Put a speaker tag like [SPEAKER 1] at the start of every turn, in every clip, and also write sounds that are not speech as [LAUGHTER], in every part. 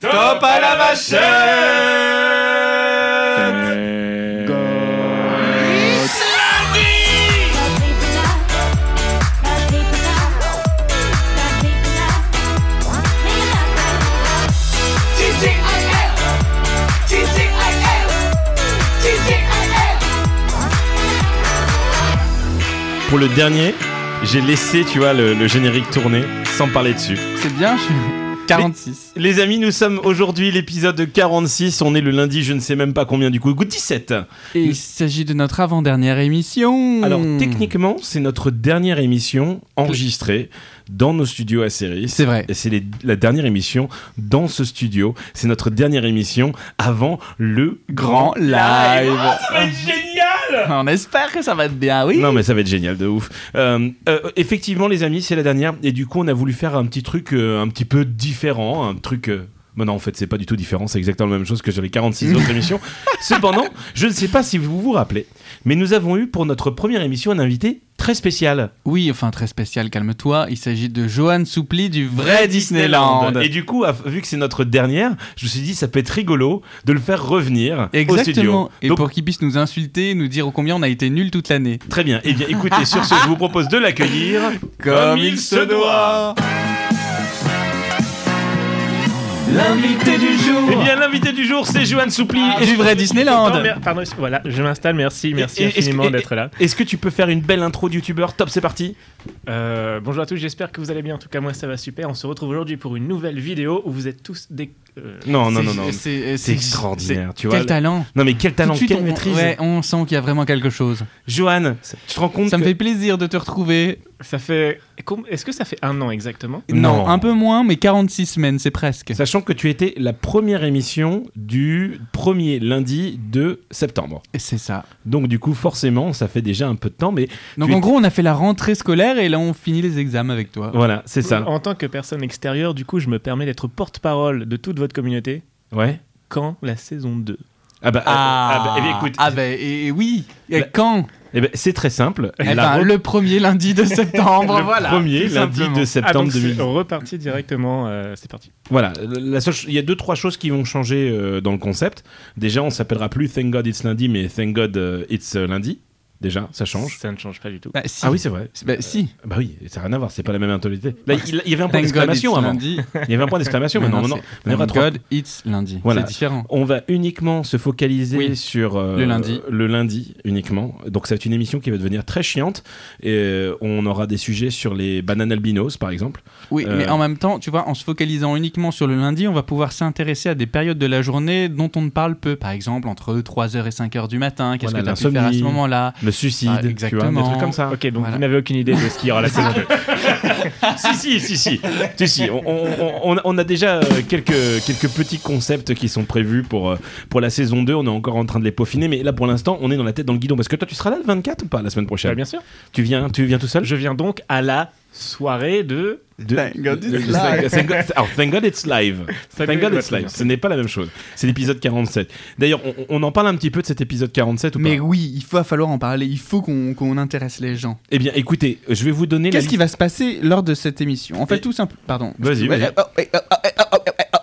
[SPEAKER 1] Top à la machette Pour le dernier, j'ai laissé, tu vois, le, le générique tourner sans parler dessus.
[SPEAKER 2] C'est bien, je suis 46.
[SPEAKER 1] Les amis, nous sommes aujourd'hui l'épisode 46. On est le lundi, je ne sais même pas combien du coup. Goût 17.
[SPEAKER 2] Et il s'agit de notre avant-dernière émission.
[SPEAKER 1] Alors techniquement, c'est notre dernière émission enregistrée dans nos studios à série.
[SPEAKER 2] C'est vrai.
[SPEAKER 1] Et c'est les- la dernière émission dans ce studio. C'est notre dernière émission avant le grand
[SPEAKER 2] Grand live.
[SPEAKER 1] génial
[SPEAKER 2] On espère que ça va être bien, oui.
[SPEAKER 1] Non mais ça va être génial de ouf. Euh, euh, effectivement les amis, c'est la dernière et du coup on a voulu faire un petit truc euh, un petit peu différent, un truc... euh, bah non, en fait, c'est pas du tout différent, c'est exactement la même chose que sur les
[SPEAKER 2] [LAUGHS]
[SPEAKER 1] 46 autres émissions. Cependant, je ne sais pas si vous vous rappelez, mais nous avons eu pour notre première émission un invité très spécial.
[SPEAKER 2] Oui, enfin très spécial, calme-toi. Il s'agit de Johan Soupli du vrai Disneyland.
[SPEAKER 1] Et du coup, à- vu que c'est notre dernière, je me suis dit, ça peut être rigolo de le faire revenir au studio.
[SPEAKER 2] Exactement. Et
[SPEAKER 1] Donc,
[SPEAKER 2] pour qu'il puisse nous insulter, nous dire combien on a été nuls toute l'année.
[SPEAKER 1] Très bien. Eh bien, écoutez, sur ce, je vous propose de
[SPEAKER 2] [LAUGHS]
[SPEAKER 1] l'accueillir
[SPEAKER 2] L'invité du jour. Ah.
[SPEAKER 1] Eh bien, l'invité du jour, c'est Johan Soupli.
[SPEAKER 2] Et du vrai Disneyland.
[SPEAKER 3] Non, mer- pardon, est-ce- voilà, je m'installe, merci, merci
[SPEAKER 1] Et- et- est-ce que-
[SPEAKER 3] infiniment
[SPEAKER 1] et-
[SPEAKER 3] d'être là.
[SPEAKER 1] Est-ce que tu peux faire une belle intro de youtubeur Top, c'est parti.
[SPEAKER 3] Euh, bonjour à tous, j'espère que vous allez bien, en tout cas moi ça va super. On se retrouve aujourd'hui pour une nouvelle vidéo où vous êtes tous des... euh,
[SPEAKER 1] Non, non,
[SPEAKER 2] C'est-
[SPEAKER 1] non, non.
[SPEAKER 2] C'est
[SPEAKER 1] C'est
[SPEAKER 2] c'est-
[SPEAKER 1] extraordinaire, tu
[SPEAKER 2] c'est-
[SPEAKER 1] vois.
[SPEAKER 2] Quel talent.
[SPEAKER 1] Non, mais quel
[SPEAKER 2] Tout
[SPEAKER 1] talent,
[SPEAKER 2] de suite,
[SPEAKER 1] quelle
[SPEAKER 2] on,
[SPEAKER 1] maîtrise.
[SPEAKER 2] ouais, on sent qu'il y a vraiment quelque chose.
[SPEAKER 1] Johan, tu te rends compte
[SPEAKER 2] Ça me
[SPEAKER 1] que-
[SPEAKER 2] fait plaisir de te retrouver.
[SPEAKER 3] Ça fait... com- Est-ce que ça fait un an exactement
[SPEAKER 1] Non.
[SPEAKER 2] Non, un peu moins, mais 46 semaines, c'est presque.
[SPEAKER 1] Sachant que tu étais la première émission du premier lundi de septembre.
[SPEAKER 2] Et C'est ça.
[SPEAKER 1] Donc du coup, forcément, ça fait déjà un peu de temps, mais
[SPEAKER 2] Donc
[SPEAKER 1] Tu-
[SPEAKER 2] en gros, on a fait la rentrée scolaire et là, on finit les examens avec toi.
[SPEAKER 1] voilà, c'est ça.
[SPEAKER 3] En tant que personne extérieure, du coup je me permets d'être porte-parole de toute votre communauté
[SPEAKER 1] Ouais.
[SPEAKER 3] quand la saison 2.
[SPEAKER 1] Ah bah, ah, bah, eh bien, écoute,
[SPEAKER 2] Ah bah, et, et oui. Et
[SPEAKER 1] La-
[SPEAKER 2] quand
[SPEAKER 1] eh ben, c'est très simple.
[SPEAKER 2] Eh
[SPEAKER 1] La
[SPEAKER 2] ben,
[SPEAKER 1] re-
[SPEAKER 2] Le premier
[SPEAKER 1] [LAUGHS]
[SPEAKER 2] lundi de septembre, voilà.
[SPEAKER 1] premier
[SPEAKER 2] tout
[SPEAKER 1] lundi
[SPEAKER 2] simplement.
[SPEAKER 1] de septembre
[SPEAKER 3] ah, donc c'est
[SPEAKER 1] 2000.
[SPEAKER 3] reparti directement, euh, c'est parti.
[SPEAKER 1] Voilà, la seule ch- il y a deux trois choses qui vont changer euh, dans le concept. Déjà, on s'appellera plus Thank God It's lundi, mais Thank God euh, It's euh, lundi. Déjà, ça change.
[SPEAKER 3] Ça ne change pas du tout.
[SPEAKER 2] Bah, si.
[SPEAKER 1] Ah oui, c'est vrai.
[SPEAKER 2] Bah, si.
[SPEAKER 1] Bah oui, ça n'a rien à voir, c'est pas la même tonalité. Là, il il y avait un point
[SPEAKER 2] Thank God, it's
[SPEAKER 1] d'exclamation avant.
[SPEAKER 2] lundi.
[SPEAKER 1] Il y avait un point
[SPEAKER 2] [LAUGHS]
[SPEAKER 1] d'exclamation, mais non, non, non.
[SPEAKER 2] c'est
[SPEAKER 1] hein. On est à
[SPEAKER 2] Thank
[SPEAKER 1] trois.
[SPEAKER 2] God, it's lundi.
[SPEAKER 1] Voilà.
[SPEAKER 2] C'est différent.
[SPEAKER 1] On va uniquement se focaliser
[SPEAKER 2] Oui.
[SPEAKER 1] sur euh,
[SPEAKER 2] Le lundi.
[SPEAKER 1] le lundi uniquement. Donc c'est une émission qui va devenir très chiante et euh, on aura des sujets sur les bananes albinos par exemple.
[SPEAKER 2] Oui,
[SPEAKER 1] Euh,
[SPEAKER 2] mais en même temps, tu vois, en se focalisant uniquement sur le lundi, on va pouvoir s'intéresser à des périodes de la journée dont on ne parle peu. Par exemple, entre 3h et 5h du matin, qu'est-ce
[SPEAKER 1] Voilà,
[SPEAKER 2] que tu as pu faire à
[SPEAKER 1] l'insomnie.
[SPEAKER 2] ce moment-là
[SPEAKER 1] Le suicide,
[SPEAKER 2] Ah,
[SPEAKER 1] tu vois,
[SPEAKER 2] exactement.
[SPEAKER 1] des trucs comme ça.
[SPEAKER 3] Ok, donc
[SPEAKER 2] Voilà.
[SPEAKER 3] vous n'avez aucune
[SPEAKER 1] [LAUGHS]
[SPEAKER 3] idée de ce qu'il y
[SPEAKER 2] [LAUGHS]
[SPEAKER 3] aura la saison 2.
[SPEAKER 1] si si si si. si, si. On, on- on- on a déjà euh, quelques quelques petits concepts qui sont prévus pour euh, pour la saison 2, on est encore en train de les peaufiner mais là pour l'instant, on est dans la tête dans le guidon parce que toi tu seras là le 24 ou pas la semaine prochaine
[SPEAKER 3] bien sûr.
[SPEAKER 1] Tu viens tu viens tout seul
[SPEAKER 3] Je viens donc à la soirée de...
[SPEAKER 1] De-
[SPEAKER 2] Thank God it's
[SPEAKER 1] de-
[SPEAKER 2] live.
[SPEAKER 1] Thank- thank Euh, God- alors, thank God it's live. Thank, God it's live. Ce n'est pas la même chose. C'est l'épisode 47. D'ailleurs, on, on en parle un petit peu de cet épisode 47 ou
[SPEAKER 2] Mais
[SPEAKER 1] pas
[SPEAKER 2] oui, il va falloir en parler, il faut qu'on qu'on intéresse les gens.
[SPEAKER 1] Eh bien, écoutez, je vais vous donner la
[SPEAKER 2] Qu'est-ce
[SPEAKER 1] liste.
[SPEAKER 2] qui va se passer lors de cette émission En fait,
[SPEAKER 1] Et-
[SPEAKER 2] tout simple. Pardon.
[SPEAKER 1] Vas-y,
[SPEAKER 2] Ouais,
[SPEAKER 1] vas-y.
[SPEAKER 2] oh, ouais, oh, ouais, oh, ouais, ouais, oh.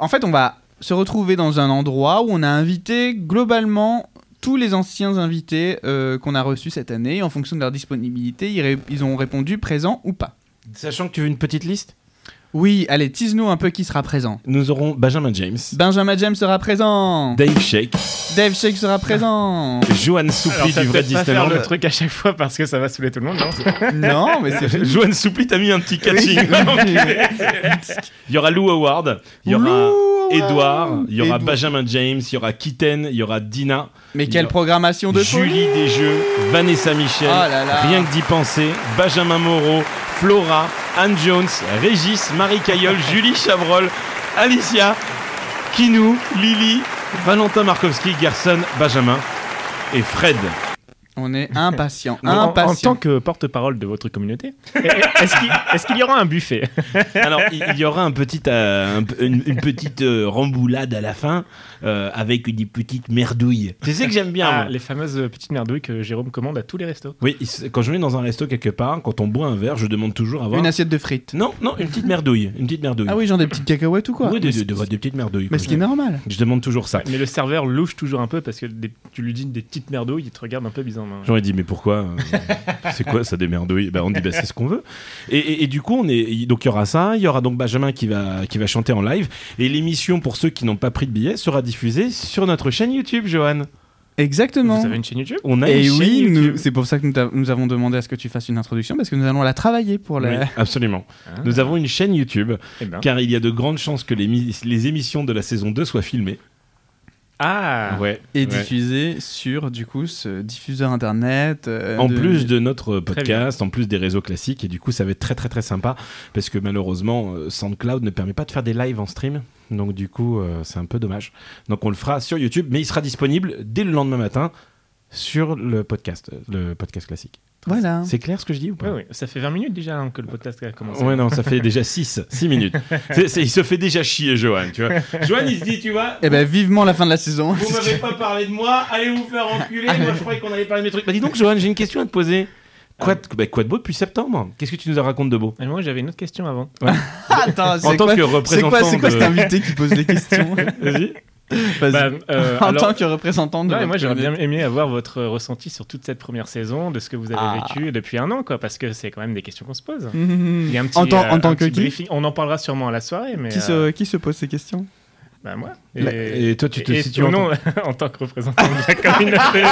[SPEAKER 2] En fait, on va se retrouver dans un endroit où on a invité globalement tous les anciens invités euh, qu'on a reçus cette année. Et En fonction de leur disponibilité, ils, ré- ils ont répondu présent ou pas.
[SPEAKER 1] Sachant que tu veux une petite liste,
[SPEAKER 2] Oui, allez, tease-nous un peu qui sera présent.
[SPEAKER 1] nous aurons Benjamin James,
[SPEAKER 2] Benjamin James sera présent.
[SPEAKER 1] Dave Shake,
[SPEAKER 2] Dave Shake sera présent.
[SPEAKER 1] Johan
[SPEAKER 3] Alors,
[SPEAKER 1] Soupli
[SPEAKER 3] ça
[SPEAKER 1] du
[SPEAKER 3] peut
[SPEAKER 1] vrai
[SPEAKER 3] pas faire
[SPEAKER 1] Disneyland.
[SPEAKER 3] le truc à chaque fois parce que ça va saouler tout le monde, non
[SPEAKER 2] non, mais c'est.
[SPEAKER 1] Johan Soupli, t'as mis un petit catching. il y aura Lou Howard, il y aura
[SPEAKER 2] Ouh,
[SPEAKER 1] Edouard, il y aura
[SPEAKER 2] Edouard.
[SPEAKER 1] Benjamin James, il y aura Kitten, il y aura Dina,
[SPEAKER 2] Mais quelle programmation de folie
[SPEAKER 1] Julie Desjeux, Vanessa Michel,
[SPEAKER 2] Oh là là.
[SPEAKER 1] Rien que d'y penser, Benjamin Moreau, Flora, Anne Jones, Régis, Marie [LAUGHS] Caillol, Julie Chavrol, Alicia, Kinou, Lily, Valentin Markowski, Garson, Benjamin et Fred.
[SPEAKER 2] On est impatient.
[SPEAKER 3] En- en- En,
[SPEAKER 2] impatient.
[SPEAKER 3] tant que porte-parole de votre [LAUGHS] communauté, est-ce qu'il est-ce qu'il y aura un buffet
[SPEAKER 1] Alors, il il y aura un petit, euh, un p- une, une petite euh, remboulade à la fin euh, avec une petite merdouille. Tu sais que j'aime bien.
[SPEAKER 3] Ah,
[SPEAKER 1] moi.
[SPEAKER 3] Les fameuses petites merdouilles que Jérôme commande à tous les restos.
[SPEAKER 1] Oui, il s- quand je vais dans un resto quelque part, quand on boit un verre, je demande toujours à avoir.
[SPEAKER 2] Une assiette de frites.
[SPEAKER 1] Non, non, une petite merdouille. Une petite merdouille.
[SPEAKER 2] Ah oui, genre des petites cacahuètes ou quoi
[SPEAKER 1] Oui, des,
[SPEAKER 2] Mais
[SPEAKER 1] des-
[SPEAKER 2] c'est-
[SPEAKER 1] des- des petites merdouilles. quoi.
[SPEAKER 2] Mais ce qui est normal.
[SPEAKER 1] Je demande toujours ça.
[SPEAKER 3] Mais le serveur louche toujours un peu parce que des- tu lui dis des petites merdouilles, il te regarde un peu bizarrement.
[SPEAKER 1] J'aurais dit, mais pourquoi
[SPEAKER 2] [LAUGHS]
[SPEAKER 1] euh, C'est quoi ça des merdouilles bah, On dit, bah, c'est ce qu'on veut. Et, et- et du coup, on est, donc il y aura ça, il y aura donc Benjamin qui va, qui va chanter en live. Et l'émission, pour ceux qui n'ont pas pris de billets, sera diffusée sur notre chaîne YouTube, Johan.
[SPEAKER 2] Exactement.
[SPEAKER 3] Vous avez une chaîne YouTube
[SPEAKER 1] On a une
[SPEAKER 2] Et
[SPEAKER 1] chaîne
[SPEAKER 2] oui, nous-
[SPEAKER 1] YouTube.
[SPEAKER 2] c'est pour ça que nous, t'a- nous avons demandé à ce que tu fasses une introduction parce que nous allons la travailler pour la. Ah.
[SPEAKER 1] Oui, absolument.
[SPEAKER 3] Ah,
[SPEAKER 1] Nous avons une chaîne YouTube,
[SPEAKER 3] eh ben.
[SPEAKER 1] car il y a de grandes chances que les, mi- les émissions de la saison 2 soient filmées.
[SPEAKER 3] Ah
[SPEAKER 1] Ouais.
[SPEAKER 2] Et
[SPEAKER 1] ouais.
[SPEAKER 2] diffuser sur du coup ce diffuseur internet. euh,
[SPEAKER 1] En plus de notre
[SPEAKER 3] Très
[SPEAKER 1] podcast, en plus des réseaux classiques, et du coup ça va être très très très sympa, parce que malheureusement euh, SoundCloud ne permet pas de faire des lives en stream, donc du coup euh, c'est un peu dommage. Donc on le fera sur YouTube, mais il sera disponible dès le lendemain matin sur le podcast, euh, le podcast classique.
[SPEAKER 2] Voilà.
[SPEAKER 1] C'est clair ce que je dis ou
[SPEAKER 3] Ouais,
[SPEAKER 1] pas
[SPEAKER 3] ouais. Ça fait 20 minutes déjà hein, que le podcast a commencé.
[SPEAKER 1] Ouais, non, ça fait déjà 6 six minutes. C'est- c'est- il se fait déjà chier, Johan, tu vois. Johan, il se dit, tu vois,
[SPEAKER 2] Eh ben vivement la fin de la saison.
[SPEAKER 1] Vous m'avez pas parlé de moi, allez vous faire enculer, moi je croyais qu'on allait parler de mes trucs. Ah, Bah dis donc Johan, j'ai une question à te poser. Quoi de, bah, quoi de beau depuis septembre Qu'est-ce que tu nous racontes de beau
[SPEAKER 3] Et moi j'avais une autre question avant.
[SPEAKER 2] [LAUGHS] Attends,
[SPEAKER 1] En
[SPEAKER 2] c'est
[SPEAKER 1] tant [LAUGHS]
[SPEAKER 2] quoi,
[SPEAKER 1] que
[SPEAKER 2] c'est
[SPEAKER 1] représentant
[SPEAKER 2] quoi, c'est quoi
[SPEAKER 1] de...
[SPEAKER 2] cet invité qui pose les
[SPEAKER 3] [LAUGHS]
[SPEAKER 2] questions
[SPEAKER 1] Vas-y.
[SPEAKER 2] Vas-y.
[SPEAKER 3] Bah, [LAUGHS] euh,
[SPEAKER 2] En
[SPEAKER 3] alors-
[SPEAKER 2] tant que représentant de.
[SPEAKER 3] Non, mais
[SPEAKER 2] votre
[SPEAKER 3] moi j'aurais
[SPEAKER 2] communauté.
[SPEAKER 3] bien aimé avoir votre ressenti sur toute cette première saison, de ce que vous avez
[SPEAKER 2] Ah.
[SPEAKER 3] vécu depuis un an, quoi, parce que c'est quand même des questions qu'on se pose.
[SPEAKER 2] [LAUGHS]
[SPEAKER 3] Il y a un petit,
[SPEAKER 2] En tant-
[SPEAKER 3] euh,
[SPEAKER 2] en tant
[SPEAKER 3] un
[SPEAKER 2] que
[SPEAKER 3] petit
[SPEAKER 2] qui
[SPEAKER 3] briefing. On en parlera sûrement à la soirée, mais.
[SPEAKER 2] Qui
[SPEAKER 3] euh,
[SPEAKER 2] se, qui se pose ces questions
[SPEAKER 3] bah, moi.
[SPEAKER 1] Et toi tu te
[SPEAKER 3] et-
[SPEAKER 1] situes
[SPEAKER 3] oh
[SPEAKER 1] en
[SPEAKER 3] non, [LAUGHS] en tant que représentant de la communauté.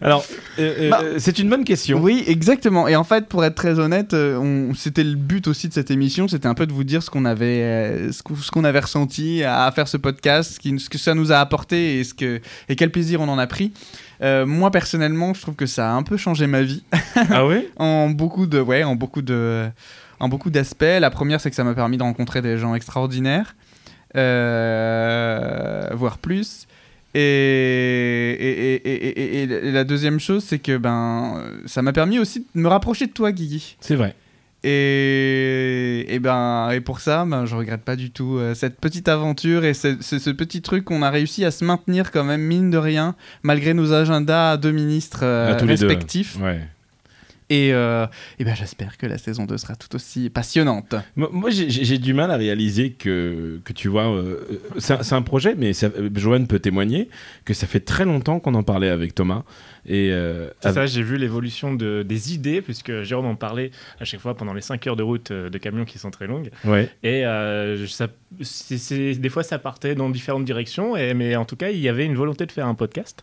[SPEAKER 1] Alors, euh, euh,
[SPEAKER 2] Bah-
[SPEAKER 1] c'est une bonne question.
[SPEAKER 2] Oui, exactement. Et en fait, pour être très honnête, euh, on- c'était le but aussi de cette émission, c'était un peu de vous dire ce qu'on avait, euh, ce qu'on- ce qu'on avait ressenti à, à faire ce podcast, ce, qui- ce que ça nous a apporté et, ce que, et quel plaisir on en a pris. Euh, moi personnellement, je trouve que ça a un peu changé ma vie
[SPEAKER 1] Ah ouais
[SPEAKER 2] en beaucoup de, ouais, en beaucoup de, en beaucoup d'aspects. La première, c'est que ça m'a permis de rencontrer des gens extraordinaires, euh, voire plus. Et, et- et- et- et- et la deuxième chose, c'est que ben, euh, ça m'a permis aussi de me rapprocher de toi, Guigui.
[SPEAKER 1] C'est vrai.
[SPEAKER 2] Et, et ben, et pour ça, ben, je regrette pas du tout euh, cette petite aventure et ce, ce- ce petit truc qu'on a réussi à se maintenir quand même, mine de rien, malgré nos agendas à deux ministres euh,
[SPEAKER 1] À tous les deux, ouais.
[SPEAKER 2] respectifs.
[SPEAKER 1] Ouais.
[SPEAKER 2] Et, euh, eh ben, j'espère que la saison 2 sera tout aussi passionnante.
[SPEAKER 1] Moi, moi, j'ai- j'ai j'ai du mal à réaliser que, que tu vois, euh, euh, c'est un- c'est un projet, mais ça, euh, Johan peut témoigner que ça fait très longtemps qu'on en parlait avec Thomas. Et euh,
[SPEAKER 3] C'est ça, j'ai vu l'évolution de, des idées, puisque Jérôme en parlait à chaque fois pendant les 5 heures de route euh, de camion qui sont très longues.
[SPEAKER 1] ouais.
[SPEAKER 3] Et euh, je- ça, c'est- c'est- des fois, ça partait dans différentes directions, et, mais en tout cas, il y avait une volonté de faire un podcast.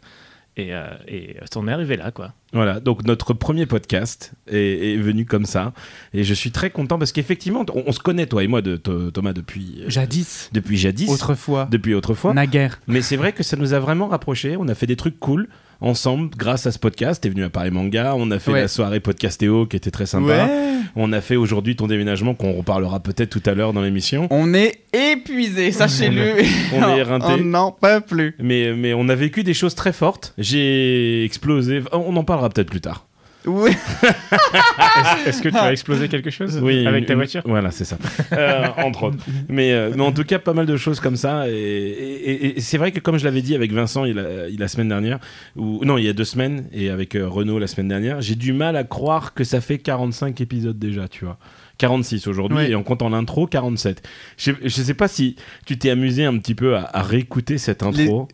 [SPEAKER 3] Et, euh, et on est arrivé là, quoi.
[SPEAKER 1] Voilà, donc notre premier podcast est, est venu comme ça. Et je suis très content parce qu'effectivement, on, on se connaît, toi et moi, de, to- Thomas, depuis, euh,
[SPEAKER 2] Jadis,
[SPEAKER 1] depuis jadis,
[SPEAKER 2] autrefois,
[SPEAKER 1] depuis autrefois.
[SPEAKER 2] naguère.
[SPEAKER 1] Mais c'est vrai que ça nous a vraiment rapprochés. On a fait des trucs cool ensemble grâce à ce podcast. T'es venu à Paris Manga, on a fait
[SPEAKER 2] Ouais.
[SPEAKER 1] la soirée Podcastéo qui était très sympa. On a fait aujourd'hui ton déménagement qu'on reparlera peut-être tout à l'heure dans l'émission.
[SPEAKER 2] On est épuisé, sachez-le.
[SPEAKER 1] On est éreintés.
[SPEAKER 2] [LAUGHS] On n'en peut plus.
[SPEAKER 1] Mais, mais on a vécu des choses très fortes. J'ai explosé. On en parlera peut-être plus tard.
[SPEAKER 2] Oui.
[SPEAKER 3] Est-ce est-ce que tu as explosé quelque chose avec
[SPEAKER 1] [LAUGHS] une-
[SPEAKER 3] ta
[SPEAKER 1] une-
[SPEAKER 3] voiture
[SPEAKER 1] Voilà, c'est ça. [LAUGHS] Euh, entre autres. Mais, euh, mais en tout cas, pas mal de choses comme ça. Et, et- et- et c'est vrai que, comme je l'avais dit avec Vincent il, a- il- la semaine dernière, ou non, il y a deux semaines, et avec euh, Renaud la semaine dernière, j'ai du mal à croire que ça fait 45 épisodes déjà, tu vois. 46 aujourd'hui,
[SPEAKER 2] Ouais.
[SPEAKER 1] et en comptant l'intro, 47. Je, je sais pas si tu t'es amusé un petit peu à, à réécouter cette intro.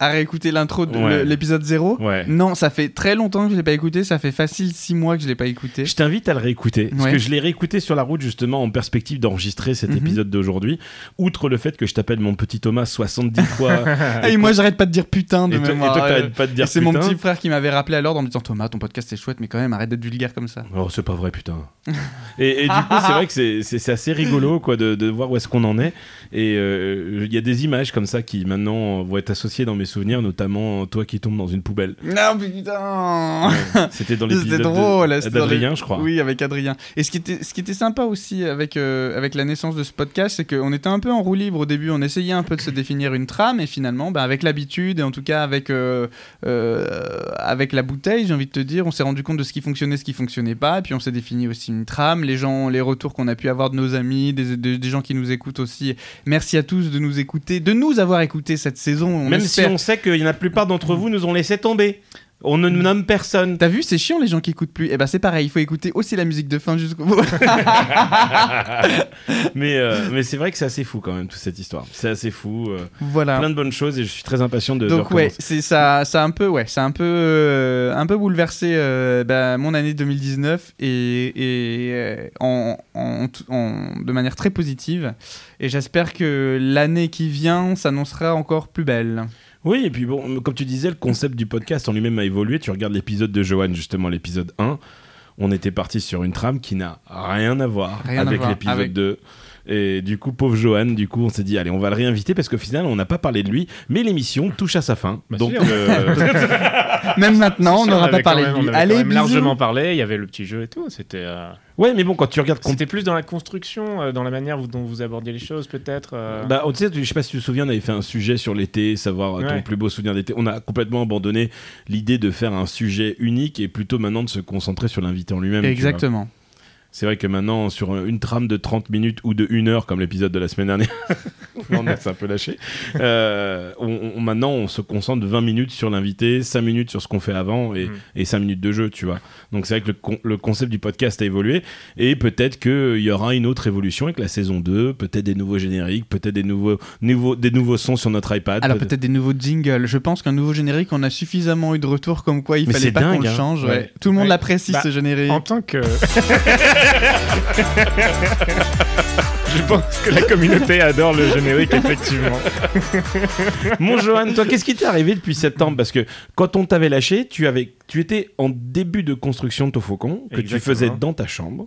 [SPEAKER 2] À réécouter l'intro de
[SPEAKER 1] Ouais.
[SPEAKER 2] le- l'épisode 0
[SPEAKER 1] Ouais.
[SPEAKER 2] Non, ça fait très longtemps que je l'ai pas écouté. Ça fait facile 6 mois que je l'ai pas écouté.
[SPEAKER 1] Je t'invite à le réécouter. Parce
[SPEAKER 2] Ouais.
[SPEAKER 1] que je l'ai réécouté sur la route, justement, en perspective d'enregistrer cet
[SPEAKER 2] Mhm.
[SPEAKER 1] épisode d'aujourd'hui. Outre le fait que je t'appelle mon petit Thomas 70 fois.
[SPEAKER 2] [LAUGHS] Et, moi, j'arrête pas de dire putain de
[SPEAKER 1] Ah, et, toi- et
[SPEAKER 2] mémoire.
[SPEAKER 1] toi,
[SPEAKER 2] Euh,
[SPEAKER 1] t'arrêtes pas de
[SPEAKER 2] et
[SPEAKER 1] dire
[SPEAKER 2] C'est mon
[SPEAKER 1] putain.
[SPEAKER 2] petit frère qui m'avait rappelé à l'ordre en me disant Thomas, ton podcast c'est chouette, mais quand même, arrête d'être vulgaire comme ça.
[SPEAKER 1] Oh, c'est pas vrai, putain. et, et du coup,
[SPEAKER 2] [LAUGHS]
[SPEAKER 1] c'est vrai que c'est- c'est c'est assez rigolo quoi, de, de voir où est-ce qu'on en est. Et euh, il y a des images comme ça qui maintenant vont être associées dans mes souvenirs, notamment toi qui tombes dans une
[SPEAKER 2] [LAUGHS]
[SPEAKER 1] poubelle.
[SPEAKER 2] Non, putain
[SPEAKER 1] C'était dans
[SPEAKER 2] C'était
[SPEAKER 1] l'épisode de-
[SPEAKER 2] drôle. c'était dans les-
[SPEAKER 1] d'Adrien, je crois.
[SPEAKER 2] Oui, avec Adrien. Et ce qui était, ce qui était sympa aussi avec, euh, avec la naissance de ce podcast, c'est qu'on était un peu en roue libre au début. On essayait un peu de se définir une trame et finalement, bah, avec l'habitude et en tout cas avec, euh, euh, avec la bouteille, j'ai envie de te dire, on s'est rendu compte de ce qui fonctionnait, ce qui fonctionnait pas. Et puis on s'est défini aussi une trame. Les gens, les retours qu'on a pu avoir de nos amis, des, de- des gens qui nous écoutent aussi. Merci à tous de nous écouter, de nous avoir écoutés cette saison. On
[SPEAKER 1] Même
[SPEAKER 2] espère.
[SPEAKER 1] si on sait que la plupart d'entre vous nous ont laissé tomber. On ne nomme personne.
[SPEAKER 2] T'as vu, c'est chiant les gens qui écoutent plus. Et ben c'est pareil, il faut écouter aussi la musique de fin jusqu'au bout. [LAUGHS]
[SPEAKER 1] mais euh, mais c'est vrai que c'est assez fou quand même, toute cette histoire. C'est assez fou. euh,
[SPEAKER 2] voilà.
[SPEAKER 1] Plein de bonnes choses et je suis très impatient de, de
[SPEAKER 2] Ah. Donc ouais,
[SPEAKER 1] recommencer.
[SPEAKER 2] c'est ça, ça a un peu, ouais, ça a un peu, euh, un peu bouleversé euh, bah, mon année 2019 et, et, euh, en, en- en- de manière très positive. Et j'espère que l'année qui vient s'annoncera encore plus belle.
[SPEAKER 1] Oui, et puis bon, comme tu disais, le concept du podcast en lui-même a évolué. Tu regardes l'épisode de Johan, justement, l'épisode 1. On était parti sur une trame qui n'a rien à voir
[SPEAKER 2] Rien à
[SPEAKER 1] avec
[SPEAKER 2] voir,
[SPEAKER 1] l'épisode
[SPEAKER 2] avec-
[SPEAKER 1] 2. Et du coup, pauvre Johan, du coup, on s'est dit, allez, on va le réinviter parce qu'au final, on n'a pas parlé de lui, mais l'émission touche à sa fin.
[SPEAKER 3] Bah,
[SPEAKER 1] Donc,
[SPEAKER 3] si, on- [LAUGHS]
[SPEAKER 1] euh,
[SPEAKER 2] Même maintenant, on
[SPEAKER 3] Si,
[SPEAKER 2] n'aura
[SPEAKER 3] avait
[SPEAKER 2] pas
[SPEAKER 3] quand
[SPEAKER 2] parlé
[SPEAKER 3] même-
[SPEAKER 2] de
[SPEAKER 3] on
[SPEAKER 2] lui.
[SPEAKER 3] avait quand
[SPEAKER 2] Allez,
[SPEAKER 3] même
[SPEAKER 2] bisous.
[SPEAKER 3] largement parlé, il y avait le petit jeu et tout. C'était euh,
[SPEAKER 1] ouais, mais bon, quand tu regardes com-
[SPEAKER 3] c'était plus dans la construction, euh, dans la manière vous- dont vous abordiez les choses, peut-être. euh.
[SPEAKER 1] Bah, on- tu sais, tu- je sais pas si tu te souviens, on avait fait un sujet sur l'été, savoir euh, ton
[SPEAKER 3] Ouais.
[SPEAKER 1] plus beau souvenir d'été. On a complètement abandonné l'idée de faire un sujet unique et plutôt maintenant de se concentrer sur l'invité en lui-même. tu vois.
[SPEAKER 2] Exactement.
[SPEAKER 1] C'est vrai que maintenant, sur une trame de 30 minutes ou de 1 heure, comme l'épisode de la semaine dernière, on a un peu lâché. euh, on- on- maintenant, on se concentre 20 minutes sur l'invité, 5 minutes sur ce qu'on fait avant et,
[SPEAKER 3] Mm.
[SPEAKER 1] et 5 minutes de jeu, tu vois. Donc, c'est vrai que le, con- le concept du podcast a évolué et peut-être qu'il y aura une autre évolution avec la saison 2, peut-être des nouveaux génériques, peut-être des nouveaux, nouveaux- des nouveaux sons sur notre iPad.
[SPEAKER 2] Alors
[SPEAKER 1] peut-être-
[SPEAKER 2] peut-être des nouveaux jingles. Je pense qu'un nouveau générique, on a suffisamment eu de retours comme quoi il
[SPEAKER 1] Mais c'est
[SPEAKER 2] fallait pas qu'on
[SPEAKER 1] dingue,
[SPEAKER 2] le
[SPEAKER 1] hein.
[SPEAKER 2] change. ouais.
[SPEAKER 1] Ouais.
[SPEAKER 2] Tout le monde
[SPEAKER 3] Ouais.
[SPEAKER 2] l'apprécie
[SPEAKER 3] Bah,
[SPEAKER 2] ce générique.
[SPEAKER 3] En tant que. [LAUGHS] Je pense que la communauté adore le générique, effectivement.
[SPEAKER 1] Mon Johan, toi, qu'est-ce qui t'est arrivé depuis septembre Parce que quand on t'avait lâché, tu, avais, tu étais en début de construction de ton faucon, que tu
[SPEAKER 3] Exactement.
[SPEAKER 1] faisais dans ta chambre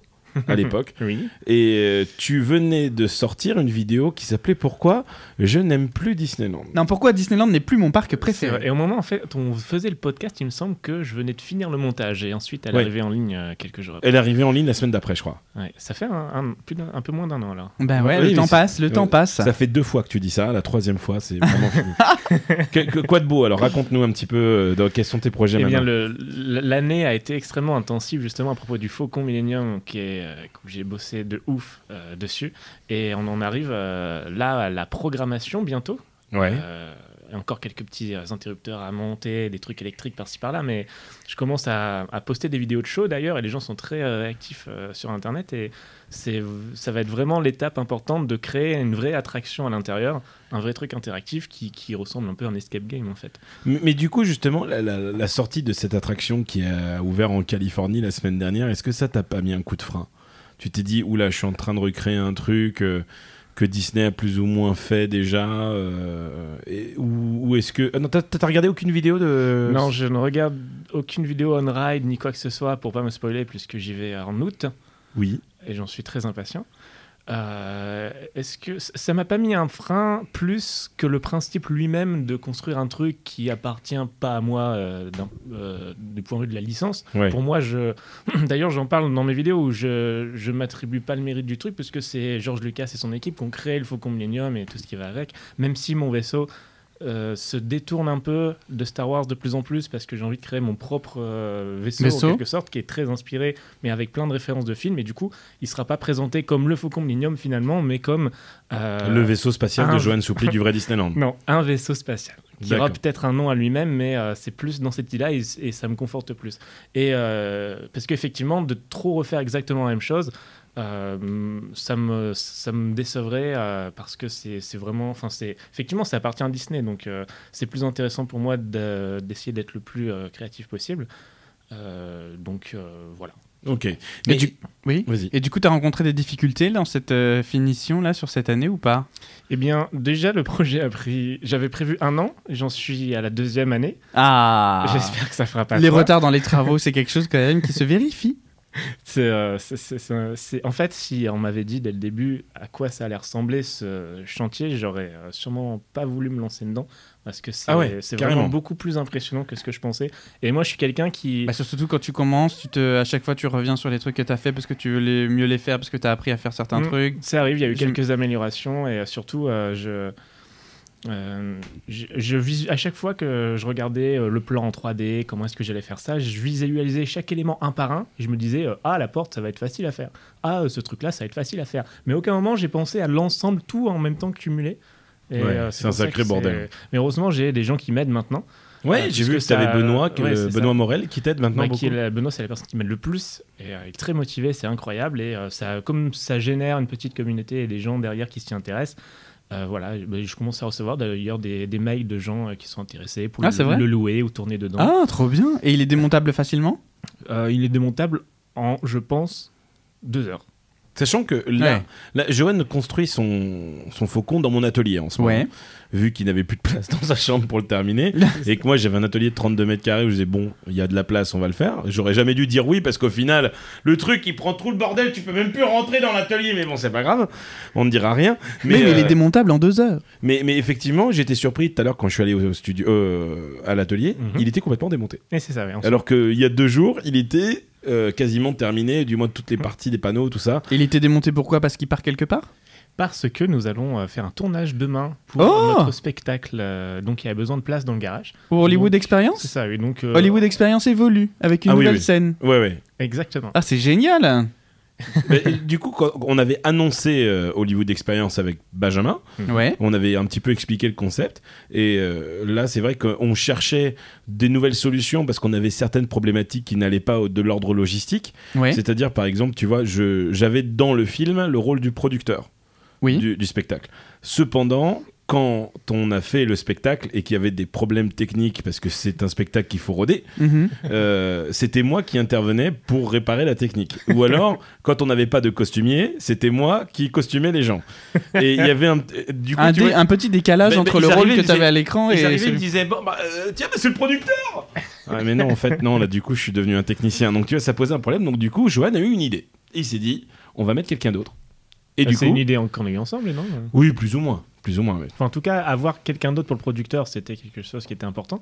[SPEAKER 1] à l'époque,
[SPEAKER 3] Oui.
[SPEAKER 1] et euh, tu venais de sortir une vidéo qui s'appelait Pourquoi je n'aime plus Disneyland
[SPEAKER 2] Non, pourquoi Disneyland n'est plus mon parc
[SPEAKER 3] C'est
[SPEAKER 2] préféré
[SPEAKER 3] vrai. Et au moment en fait, où on faisait le podcast, il me semble que je venais de finir le montage et ensuite elle
[SPEAKER 1] Ouais.
[SPEAKER 3] arrivait en ligne euh, quelques jours après.
[SPEAKER 1] Elle est arrivée en ligne la semaine d'après, je crois.
[SPEAKER 3] Ouais, ça fait un, un- plus d'un- un peu moins d'un an là.
[SPEAKER 2] Ben ouais,
[SPEAKER 1] Oui, mais
[SPEAKER 2] le temps
[SPEAKER 1] c'est-
[SPEAKER 2] passe, le
[SPEAKER 1] ouais,
[SPEAKER 2] temps passe.
[SPEAKER 1] Ça fait deux fois que tu dis ça, la troisième fois, c'est vraiment fini. Que- que- quoi de beau Alors raconte-nous un petit peu, euh, dans- quels sont tes projets
[SPEAKER 3] Eh bien,
[SPEAKER 1] maintenant
[SPEAKER 3] le- l'année a été extrêmement intensive justement à propos du Faucon Millennium qui est, euh, que j'ai bossé de ouf euh, dessus. Et on en arrive euh, là à la programmation bientôt.
[SPEAKER 1] Ouais.
[SPEAKER 3] Euh, et encore quelques petits euh, interrupteurs à monter, des trucs électriques par-ci par-là, mais je commence à, à poster des vidéos de show d'ailleurs, et les gens sont très euh, actifs euh, sur Internet, et c'est, ça va être vraiment l'étape importante de créer une vraie attraction à l'intérieur, un vrai truc interactif qui, qui ressemble un peu à un escape game en fait.
[SPEAKER 1] Mais, mais du coup, justement, la, la- la sortie de cette attraction qui a ouvert en Californie la semaine dernière, est-ce que ça t'a pas mis un coup de frein Tu t'es dit, oula, je suis en train de recréer un truc euh, que Disney a plus ou moins fait déjà euh, et- Ou, ou est-ce que. Ah non, t'as t'as regardé aucune vidéo de.
[SPEAKER 3] non, je ne regarde aucune vidéo on-ride ni quoi que ce soit pour pas me spoiler, puisque j'y vais en août.
[SPEAKER 1] Oui.
[SPEAKER 3] et j'en suis très impatient. Euh, Est-ce que c- ça m'a pas mis un frein plus que le principe lui-même de construire un truc qui appartient pas à moi euh, d'un- euh, du point de vue de la licence
[SPEAKER 1] Ouais.
[SPEAKER 3] Pour moi, je [CLEARS THROAT] d'ailleurs j'en parle dans mes vidéos où je je m'attribue pas le mérite du truc puisque c'est George Lucas et son équipe qui ont créé le Faucon Millennium et tout ce qui va avec. Même si mon vaisseau euh, se détourne un peu de Star Wars de plus en plus parce que j'ai envie de créer mon propre euh, vaisseau,
[SPEAKER 2] Vaisseau.
[SPEAKER 3] en quelque sorte qui est très inspiré mais avec plein de références de films et du coup il sera pas présenté comme le Faucon Millennium finalement mais comme euh,
[SPEAKER 1] Le vaisseau spatial de
[SPEAKER 3] un-
[SPEAKER 1] Johan Soupli
[SPEAKER 3] [LAUGHS]
[SPEAKER 1] du vrai Disneyland.
[SPEAKER 3] non un vaisseau spatial qui aura
[SPEAKER 1] D'accord.
[SPEAKER 3] peut-être un nom à lui-même, mais euh, c'est plus dans cette idée-là et, et ça me conforte plus. Et euh, parce qu'effectivement, de trop refaire exactement la même chose, euh, ça me ça me décevrait euh, parce que c'est c'est vraiment, enfin c'est effectivement ça appartient à Disney, donc euh, c'est plus intéressant pour moi de- d'essayer d'être le plus euh, créatif possible. Euh, donc euh, voilà.
[SPEAKER 1] Ok.
[SPEAKER 2] Mais
[SPEAKER 1] Mais du...
[SPEAKER 2] Oui.
[SPEAKER 1] Vas-y.
[SPEAKER 2] Mm. Et du coup, t'as rencontré des difficultés dans cette euh, finition là sur cette année ou pas
[SPEAKER 3] Eh bien, déjà le projet a pris, j'avais prévu un an, j'en suis à la deuxième année.
[SPEAKER 2] Ah.
[SPEAKER 3] J'espère que ça fera pas
[SPEAKER 2] Les
[SPEAKER 3] trois.
[SPEAKER 1] [LAUGHS]
[SPEAKER 2] retards dans les travaux, c'est quelque chose quand même qui se vérifie.
[SPEAKER 3] C'est, euh, c'est- c'est- c'est- c'est- en fait, si on m'avait dit dès le début à quoi ça allait ressembler ce chantier, j'aurais euh, sûrement pas voulu me lancer dedans parce que c'est,
[SPEAKER 1] Ah ouais,
[SPEAKER 3] c'est
[SPEAKER 1] carrément.
[SPEAKER 3] vraiment beaucoup plus impressionnant que ce que je pensais. Et moi, je suis quelqu'un qui.
[SPEAKER 2] Bah, surtout quand tu commences, tu te, à chaque fois tu reviens sur les trucs que t'as fait parce que tu veux les, mieux les faire, parce que t'as appris à faire certains
[SPEAKER 3] Mm.
[SPEAKER 2] trucs.
[SPEAKER 3] Ça arrive, il y a eu
[SPEAKER 2] J'aime-
[SPEAKER 3] quelques améliorations et euh, surtout, euh, je, euh, je, je visu- à chaque fois que je regardais euh, le plan en 3D, comment est-ce que j'allais faire ça, je visualisais chaque élément un par un et je me disais euh, ah la porte ça va être facile à faire, ah euh, ce truc là ça va être facile à faire, mais à aucun moment j'ai pensé à l'ensemble tout en même temps cumulé. Et,
[SPEAKER 1] Ouais,
[SPEAKER 3] euh,
[SPEAKER 1] c'est un
[SPEAKER 3] pour ça
[SPEAKER 1] sacré
[SPEAKER 3] que c'est-
[SPEAKER 1] bordel.
[SPEAKER 3] Mais heureusement j'ai des gens qui m'aident maintenant.
[SPEAKER 1] Ouais,
[SPEAKER 3] Euh,
[SPEAKER 1] j'ai vu
[SPEAKER 3] puisque
[SPEAKER 1] que t'avais
[SPEAKER 3] ça-
[SPEAKER 1] Benoît, que-
[SPEAKER 3] ouais, c'est
[SPEAKER 1] Benoît
[SPEAKER 3] ça.
[SPEAKER 1] Morel qui t'aide maintenant
[SPEAKER 3] Ouais,
[SPEAKER 1] beaucoup.
[SPEAKER 3] qui est la- Benoît, c'est la personne qui m'aide le plus. Et euh, il est très motivé, c'est incroyable. Et euh, ça, comme ça génère une petite communauté et des gens derrière qui s'y intéressent, euh, voilà, je- bah, je commence à recevoir d'ailleurs des, des mails de gens euh, qui sont intéressés pour
[SPEAKER 2] Ah, c'est vrai
[SPEAKER 3] le, le louer ou tourner dedans.
[SPEAKER 2] Ah, trop bien Et il est démontable facilement
[SPEAKER 3] Euh, il est démontable en, je pense, deux heures.
[SPEAKER 1] Sachant que là,
[SPEAKER 2] Ouais.
[SPEAKER 1] là, Johan construit son, son faucon dans mon atelier en ce moment.
[SPEAKER 2] Ouais.
[SPEAKER 1] Vu qu'il n'avait plus de place dans sa chambre pour le
[SPEAKER 2] [LAUGHS]
[SPEAKER 1] terminer. et que moi, j'avais un atelier de 32 mètres carrés où je disais, bon, il y a de la place, on va le faire. J'aurais jamais dû dire oui parce qu'au final, le truc, il prend tout le bordel, tu peux même plus rentrer dans l'atelier. Mais bon, c'est pas grave, on ne dira rien.
[SPEAKER 2] Mais, il
[SPEAKER 1] euh,
[SPEAKER 2] est démontable en deux heures.
[SPEAKER 1] mais- mais effectivement, j'étais surpris tout à l'heure quand je suis allé au, au studio, euh, à l'atelier,
[SPEAKER 3] Mhm.
[SPEAKER 1] il était complètement démonté.
[SPEAKER 3] Et c'est ça, ouais, on se-
[SPEAKER 1] Alors qu'il y a deux jours, il était euh, quasiment terminé, du moins toutes les parties des panneaux, tout ça.
[SPEAKER 2] Il était démonté pourquoi Parce qu'il part quelque part
[SPEAKER 3] Parce que nous allons euh, faire un tournage demain pour
[SPEAKER 2] Oh
[SPEAKER 3] notre spectacle. euh, donc il y a besoin de place dans le garage.
[SPEAKER 2] Pour Hollywood
[SPEAKER 3] C'est
[SPEAKER 2] Experience
[SPEAKER 3] ça, oui. Donc, euh,
[SPEAKER 2] Hollywood Experience évolue avec une
[SPEAKER 1] Ah oui,
[SPEAKER 2] nouvelle
[SPEAKER 1] oui.
[SPEAKER 2] scène.
[SPEAKER 1] Ouais, ouais.
[SPEAKER 3] Exactement.
[SPEAKER 2] Ah, c'est génial
[SPEAKER 1] Mais, euh, du coup, quand on avait annoncé euh, Hollywood Experience avec Benjamin,
[SPEAKER 2] Ouais.
[SPEAKER 1] on avait un petit peu expliqué le concept. Et euh, là, c'est vrai qu'on cherchait des nouvelles solutions parce qu'on avait certaines problématiques qui n'allaient pas au- de l'ordre logistique.
[SPEAKER 2] Ouais.
[SPEAKER 1] C'est-à-dire, par exemple, tu vois, je- j'avais dans le film le rôle du producteur
[SPEAKER 2] Oui.
[SPEAKER 1] du, du spectacle. Cependant, quand on a fait le spectacle et qu'il y avait des problèmes techniques parce que c'est un spectacle qu'il faut roder,
[SPEAKER 2] Mhm.
[SPEAKER 1] euh, c'était moi qui intervenais pour réparer la technique. Ou alors, quand on n'avait pas de costumier, c'était moi qui costumais les gens. Et il y avait un. euh, Du coup,
[SPEAKER 2] un,
[SPEAKER 1] tu
[SPEAKER 2] dé-
[SPEAKER 1] vois,
[SPEAKER 2] un petit décalage
[SPEAKER 1] Mais- mais
[SPEAKER 2] entre
[SPEAKER 1] ils
[SPEAKER 2] le rôle
[SPEAKER 1] arrivaient,
[SPEAKER 2] que
[SPEAKER 1] ils
[SPEAKER 2] tu avais
[SPEAKER 1] disaient-
[SPEAKER 2] à l'écran et
[SPEAKER 1] ils arrivaient, ils me
[SPEAKER 2] celui-
[SPEAKER 1] disaient Bon, bah, euh, tiens, mais c'est le producteur Ouais, Ah, Mais non, en fait, non, là, du coup, je suis devenu un technicien. Donc, tu vois, ça posait un problème. Donc, du coup, Johan a eu une idée. Il s'est dit On va mettre quelqu'un d'autre. Et
[SPEAKER 3] Ah,
[SPEAKER 1] du
[SPEAKER 3] c'est
[SPEAKER 1] coup.
[SPEAKER 3] une idée en- qu'on a eu ensemble, non
[SPEAKER 1] Oui, plus ou moins. Plus ou moins, ouais.
[SPEAKER 3] Enfin, en tout cas, avoir quelqu'un d'autre pour le producteur, c'était quelque chose qui était important.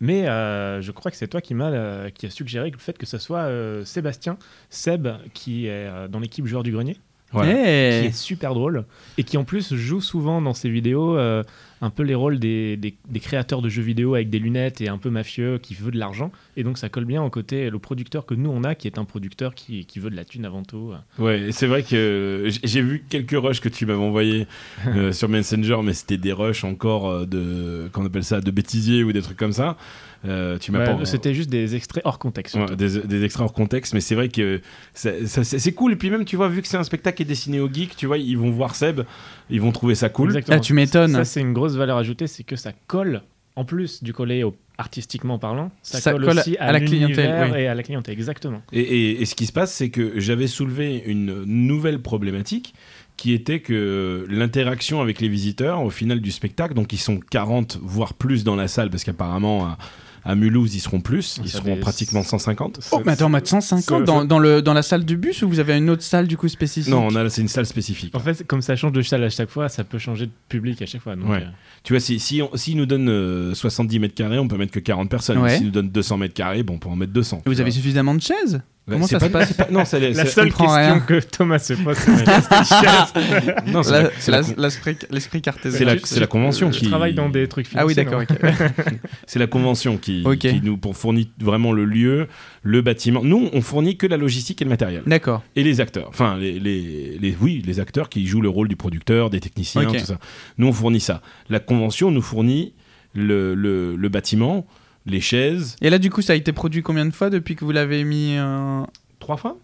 [SPEAKER 3] Mais euh, je crois que c'est toi qui m'a euh, qui a suggéré que le fait que ce soit euh, Sébastien Seb qui est euh, dans l'équipe joueur du grenier,
[SPEAKER 1] Voilà.
[SPEAKER 2] Eh.
[SPEAKER 3] qui est super drôle et qui en plus joue souvent dans ses vidéos euh, un peu les rôles des, des- des créateurs de jeux vidéo avec des lunettes et un peu mafieux qui veut de l'argent et donc ça colle bien au côté le producteur que nous on a qui est un producteur qui, qui veut de la thune avant tout.
[SPEAKER 1] Ouais, et c'est vrai que euh, j- j'ai vu quelques rushs que tu m'avais envoyés
[SPEAKER 3] [LAUGHS]
[SPEAKER 1] euh, sur Messenger, mais c'était des rushs encore euh, de, qu'on appelle ça, de bêtisier ou des trucs comme ça. Euh, tu m'as
[SPEAKER 3] Ouais,
[SPEAKER 1] pas-
[SPEAKER 3] C'était juste des extraits hors contexte.
[SPEAKER 1] Ouais,
[SPEAKER 3] surtout.
[SPEAKER 1] des, des extraits hors contexte, mais c'est vrai que ça- ça- c'est c'est cool. Et puis même, tu vois, vu que c'est un spectacle qui est dessiné au geek, tu vois, ils vont voir Seb, ils vont trouver ça cool.
[SPEAKER 3] Exactement.
[SPEAKER 2] Ah, tu m'étonnes.
[SPEAKER 3] Ça, c'est une grosse valeur ajoutée, c'est que ça colle, en plus du coller au- artistiquement parlant, ça,
[SPEAKER 2] Ça
[SPEAKER 3] colle,
[SPEAKER 2] colle
[SPEAKER 3] aussi à,
[SPEAKER 2] à la clientèle,
[SPEAKER 3] l'univers
[SPEAKER 2] oui.
[SPEAKER 3] et à la clientèle, exactement.
[SPEAKER 1] Et, et- et ce qui se passe, c'est que j'avais soulevé une nouvelle problématique qui était que l'interaction avec les visiteurs au final du spectacle, donc ils sont 40 voire plus dans la salle, parce qu'apparemment à, à Mulhouse ils seront plus, ils
[SPEAKER 3] Ah, Ça
[SPEAKER 1] seront
[SPEAKER 3] fait-
[SPEAKER 1] pratiquement 150.
[SPEAKER 2] Oh, mais attends, mais 150 dans, dans le, dans la salle du bus ou vous avez une autre salle du coup spécifique
[SPEAKER 1] Non, on a- c'est une salle spécifique.
[SPEAKER 3] En fait, comme ça change de salle à chaque fois, ça peut changer de public à chaque fois. donc,
[SPEAKER 1] Ouais.
[SPEAKER 3] euh,
[SPEAKER 1] Tu vois, si, si, on- s'ils nous donnent euh, 70 mètres carrés, on peut mettre que 40 personnes.
[SPEAKER 2] Ouais.
[SPEAKER 1] S'ils nous donnent 200 mètres carrés, bon, on peut en mettre 200.
[SPEAKER 2] Vous avez suffisamment de chaises
[SPEAKER 1] Ouais,
[SPEAKER 2] comment
[SPEAKER 1] c'est
[SPEAKER 2] ça
[SPEAKER 1] pas-
[SPEAKER 2] se passe
[SPEAKER 1] c'est pas- [LAUGHS] Non, c'est
[SPEAKER 3] La
[SPEAKER 1] c'est-
[SPEAKER 3] seule
[SPEAKER 2] comprend
[SPEAKER 3] question
[SPEAKER 2] rien.
[SPEAKER 3] que Thomas se pose, c'est
[SPEAKER 2] [LAUGHS]
[SPEAKER 3] la
[SPEAKER 1] non, c'est la-
[SPEAKER 2] La-
[SPEAKER 1] c'est la
[SPEAKER 2] la-
[SPEAKER 1] con-
[SPEAKER 2] L'esprit l'esprit cartésien.
[SPEAKER 1] C'est la- c'est la convention
[SPEAKER 3] Je
[SPEAKER 1] qui-
[SPEAKER 3] travaille dans des trucs
[SPEAKER 2] Ah
[SPEAKER 3] financiers.
[SPEAKER 2] oui, d'accord.
[SPEAKER 3] non
[SPEAKER 2] ok.
[SPEAKER 1] C'est la convention qui,
[SPEAKER 2] Ok.
[SPEAKER 1] qui nous pour- fournit vraiment le lieu, le bâtiment. Nous, on fournit que la logistique et le matériel.
[SPEAKER 2] D'accord.
[SPEAKER 1] Et les acteurs. Enfin, les, les, les- oui, les acteurs qui jouent le rôle du producteur, des techniciens,
[SPEAKER 2] Ok.
[SPEAKER 1] tout ça. Nous, on fournit ça. La convention nous fournit le, le- le bâtiment, les chaises.
[SPEAKER 2] Et là, du coup, ça a été produit combien de fois depuis que vous l'avez mis euh,
[SPEAKER 1] Trois fois